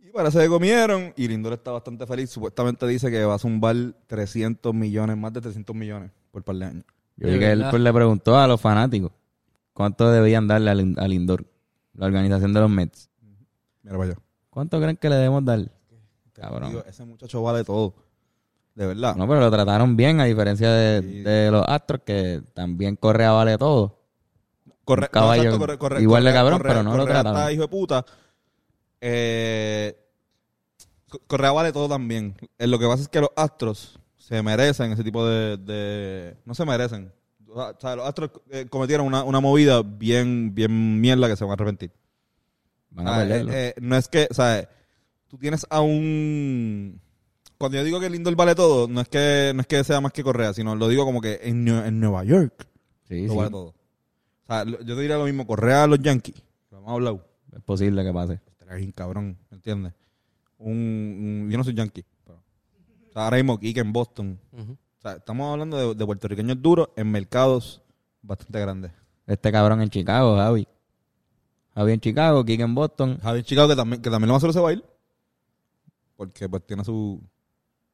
D: Y parece que comieron. Y Lindor está bastante feliz. Supuestamente dice que va a zumbar 300 millones, más de 300 millones por par de años.
B: Yo
E: De
B: vi que él
E: verdad.
B: pues, le preguntó a los fanáticos cuánto debían darle al, in- al indoor, la organización de los Mets.
D: Mira para allá.
B: ¿Cuánto creen que le debemos dar?
D: Digo,
B: Cabrón.
D: ese muchacho vale todo. De verdad.
B: No, pero lo trataron bien, a diferencia de,
D: Sí.
B: de los Astros, que también Correa vale todo.
D: Corre-
B: Un caballo
D: exacto,
B: igual de cabrón, pero no lo
D: Correa
B: trataron.
D: está hijo de puta. Eh, Co- Correa vale todo también. Eh, lo que pasa es que los Astros se merecen ese tipo de... de- no se merecen. O sea, o sea, los Astros eh, cometieron una, una movida bien, bien mierda que se van a arrepentir.
B: Van a
D: Ah,
B: perderlo.
D: eh, eh, no es que, o sea, tú tienes a un... Cuando yo digo que Lindor vale todo, no es que no es que sea más que Correa, sino lo digo como que en, Nue- en Nueva York
B: sí,
D: lo
B: sí.
D: vale todo. O sea, lo- yo te diría lo mismo, Correa a los Yankees, lo hemos hablado,
B: Es posible que pase.
D: estaría bien cabrón, ¿me entiendes? Un, un- yo no soy Yankee, pero... O sea, ahora mismo Kike en Boston.
E: Ujú.
D: O sea, estamos hablando de, de puertorriqueños duros en mercados bastante grandes.
B: Este cabrón en Chicago, Javi. Javi en Chicago, Kike en Boston.
D: Javier Chicago, que también, que también lo más seguro se va a ir. Porque pues tiene su,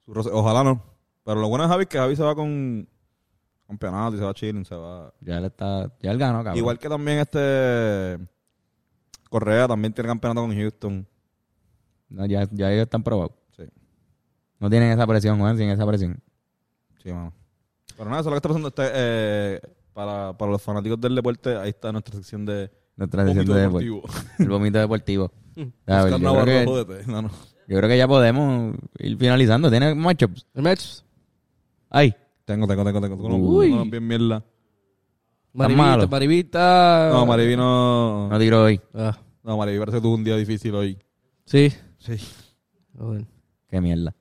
D: su roce. Ojalá no. Pero lo bueno de Javi es que Javi se va con campeonato y se va a chilling, se va.
B: Ya él está, ya él ganó, cabrón.
D: Igual que también este Correa también tiene campeonato con Houston.
B: No, ya, ya ellos están probados.
D: Sí,
B: No tienen esa presión, Juan, sin esa presión.
D: sí, mano. Pero nada, eso es lo que está pasando. Este, eh, para, para los fanáticos del deporte, ahí está nuestra sección de
B: Nuestra sesión
D: vómito
B: de deporte.
D: deportivo.
B: El vómito deportivo. A ver,
D: Oscar
B: yo, creo
D: Navarro,
B: que,
D: jódete. No, no.
B: yo creo que ya podemos ir finalizando. Tiene matchups.
E: El match.
B: Ay,
D: Tengo, tengo, tengo, tengo. Tengo unos-
E: Uy.
D: unos bien mierda.
E: Marivita,
B: malo.
E: Marivita.
B: Ah.
D: No, Marivino.
B: no tiro hoy.
E: Ah,
D: No, Mariví, parece que tuvo un día difícil hoy.
E: sí.
D: Sí.
E: Joder.
B: Qué mierda.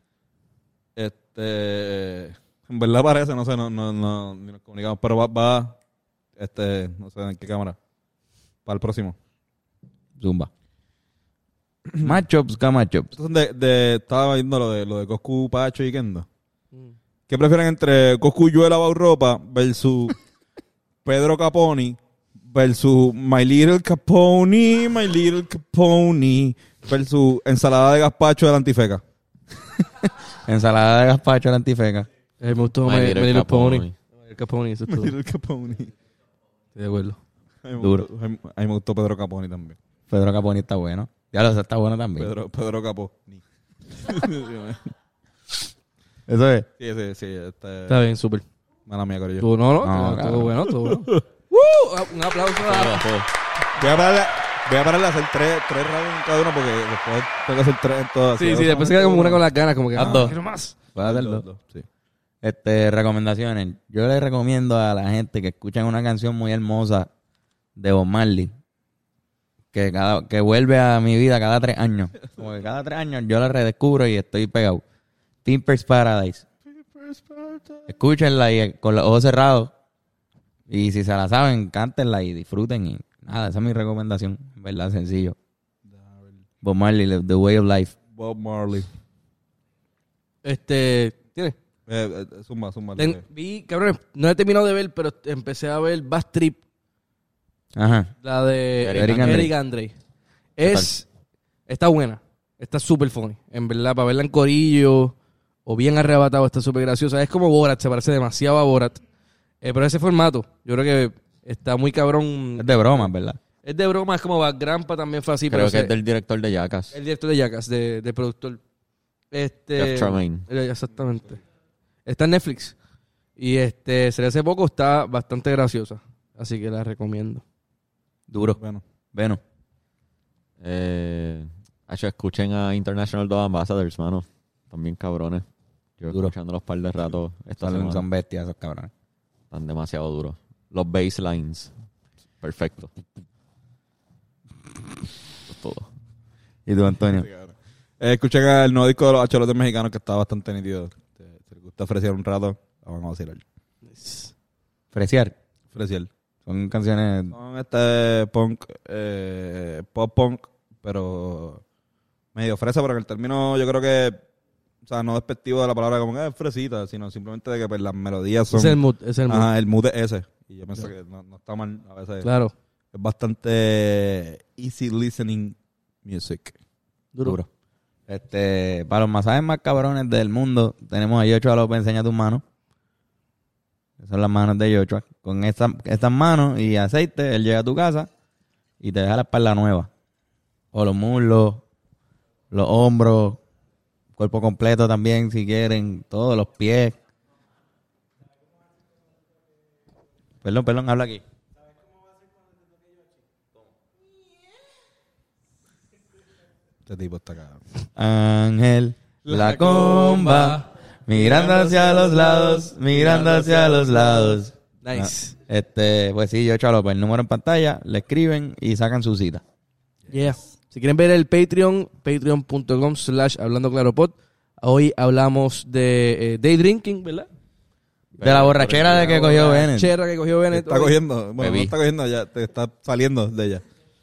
D: Este. En verdad parece, no sé, no, no, no, ni nos comunicamos, pero va, va. Este, no sé en qué cámara. Para el próximo.
B: Zumba. matchups, ca matchups.
D: Estos son de, de- estaba viendo lo de, lo de Coscu, Pacho y Kendo.
E: Mm.
D: ¿Qué prefieren entre Coscu Yuela Bauropa versus Pedro Caponi versus My Little Caponi, My Little Caponi versus ensalada de gazpacho de la antifeca?
B: Ensalada de gazpacho a la antifeca.
E: Eh, me gustó
C: My
E: My,
C: Little
E: My Little
C: Capone.
E: Pony. My Little Capone, eso es todo. Estoy
D: Caponi.
E: de acuerdo.
D: A mí me
B: Duro.
D: gustó- a mí- a mí me gustó Pedro Caponi también.
B: Pedro Caponi está bueno. Ya lo sé, está bueno también.
D: Pedro, Pedro Capó.
B: Eso es.
D: sí, sí, sí. Este,
E: Está bien, súper.
D: Mala mía, corillo.
E: Tú, no, no,
B: No,
E: todo-
B: claro.
E: todo bueno, todo bueno. ¡Woo! Ah, Un aplauso a...
D: Voy a pararle, voy a pararle a hacer tres, tres rounds en cada uno porque después tengo que hacer tres en todas.
E: Sí, sí, después se queda como una con las ganas, como que...
B: Haz
E: ah,
B: dos.
E: quiero más.
B: Puedes hacer
D: Dos,
B: dos.
D: dos, sí.
B: Este, recomendaciones. Yo le recomiendo a la gente que escuchan una canción muy hermosa de Bob Marley. que, cada, que vuelve a mi vida cada tres años. Como que cada tres años yo la redescubro y estoy pegado. Timpers Paradise. Escúchenla y eh, con los ojos cerrados. Y si se la saben, cántenla y disfruten. Y nada, esa es mi recomendación. en ¿Verdad? Sencillo. Bob Marley, The Way of Life.
D: Bob Marley.
E: Este, ¿tienes?
D: Eh, eh, zumba, zumba.
E: Ten- vi, cabrón, no he terminado de ver, pero empecé a ver Bass Trip,
B: Ajá.
E: la de
B: Eric
E: Eric,
B: Andre.
E: Eric Andre. Es, está buena, está súper funny, en verdad, para verla en corillo o bien arrebatado, está súper graciosa. Es como Borat, se parece demasiado a Borat. Eh, pero ese formato, yo creo que está muy cabrón.
B: Es de bromas, ¿verdad?
E: Es de broma, es como Grampa también fue así,
C: Creo
E: pero
C: que
E: se-
C: es del director de Jackass.
E: El director de Jackass, de, de productor. Este,
C: Jeff Tremaine.
E: eh, Exactamente. Está en Netflix. Y este, se le hace poco, está bastante graciosa. Así que la recomiendo.
B: Duro.
D: Bueno.
B: Bueno.
C: Eh, hecho, escuchen a International Dog Ambassadors, mano. También cabrones. Yo
B: Duro.
C: escuchándolos par de rato esta
B: Son,
C: semana.
B: son bestias esos cabrones.
C: Están demasiado duros. Los baselines. Perfecto. Eso es todo.
B: ¿Y tú, Antonio?
D: Eh, escuchen al nuevo disco de los acholotes mexicanos que está bastante nítido. Te- Si les gusta ofrecer un rato, la van a vacilar.
B: Freciar.
D: Ofrecer.
B: Son canciones.
D: Son este punk, eh, pop punk, pero medio fresa, pero en el término yo creo que, o sea, no despectivo de la palabra como que es fresita, sino simplemente de que pues, las melodías son...
E: Es el mood, es el mood.
D: Ajá, el mood es ese. Y yo pienso que no, no está mal a veces.
E: Claro.
D: Es bastante easy listening music.
E: Duro.
B: Este, para los masajes más cabrones del mundo, tenemos a Yochoa López, enseña tus manos. Esas son las manos de Yochoa. Con esta- estas manos y aceite, él llega a tu casa y te deja la espalda nueva. O los muslos, los hombros, cuerpo completo también, si quieren, todos los pies. Perdón, perdón, habla aquí.
D: Este tipo está acá.
B: Ángel, la comba, mirando hacia los lados, mirando hacia los lados.
E: Nice.
B: Este, pues sí, yo chalo, pues el número en pantalla, le escriben y sacan su cita.
E: Yeah. Si quieren ver el Patreon, patreon.com slash hablando claro pod. Hoy hablamos de eh, day drinking, ¿verdad?
B: De la borrachera de que cogió Bennett.
E: Chera que cogió Bennett.
D: Está cogiendo, bueno,
C: Bebí.
D: no está cogiendo, ya te está saliendo de ella.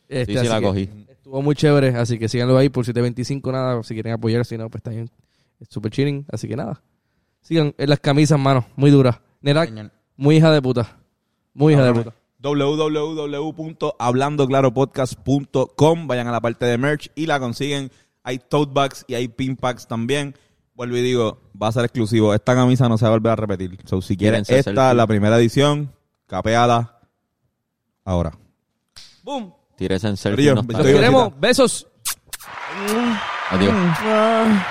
E: Este,
C: sí, sí,
E: así
C: la
E: que-
C: cogí.
E: Estuvo muy chévere, así que síganlo ahí por 725, nada, si quieren apoyar, si no, pues también es super chilling, así que nada. Sigan en las camisas, mano, muy duras. Nerak,
B: Señor.
E: muy hija de puta. Muy hija de puta.
D: www.hablandoclaropodcast.com Vayan a la parte de merch y la consiguen. Hay tote bags y hay pin packs también. Vuelvo y digo, va a ser exclusivo. Esta camisa no se va a volver a repetir. So, si quieren
C: Tírense
D: esta,
C: selfie.
D: la primera edición, capeada, ahora.
E: ¡Boom!
C: Tírese en selfie.
D: Río,
C: no
D: estoy
E: Los
C: está-
D: bien.
E: queremos, besos.
C: Adiós.
E: Ah.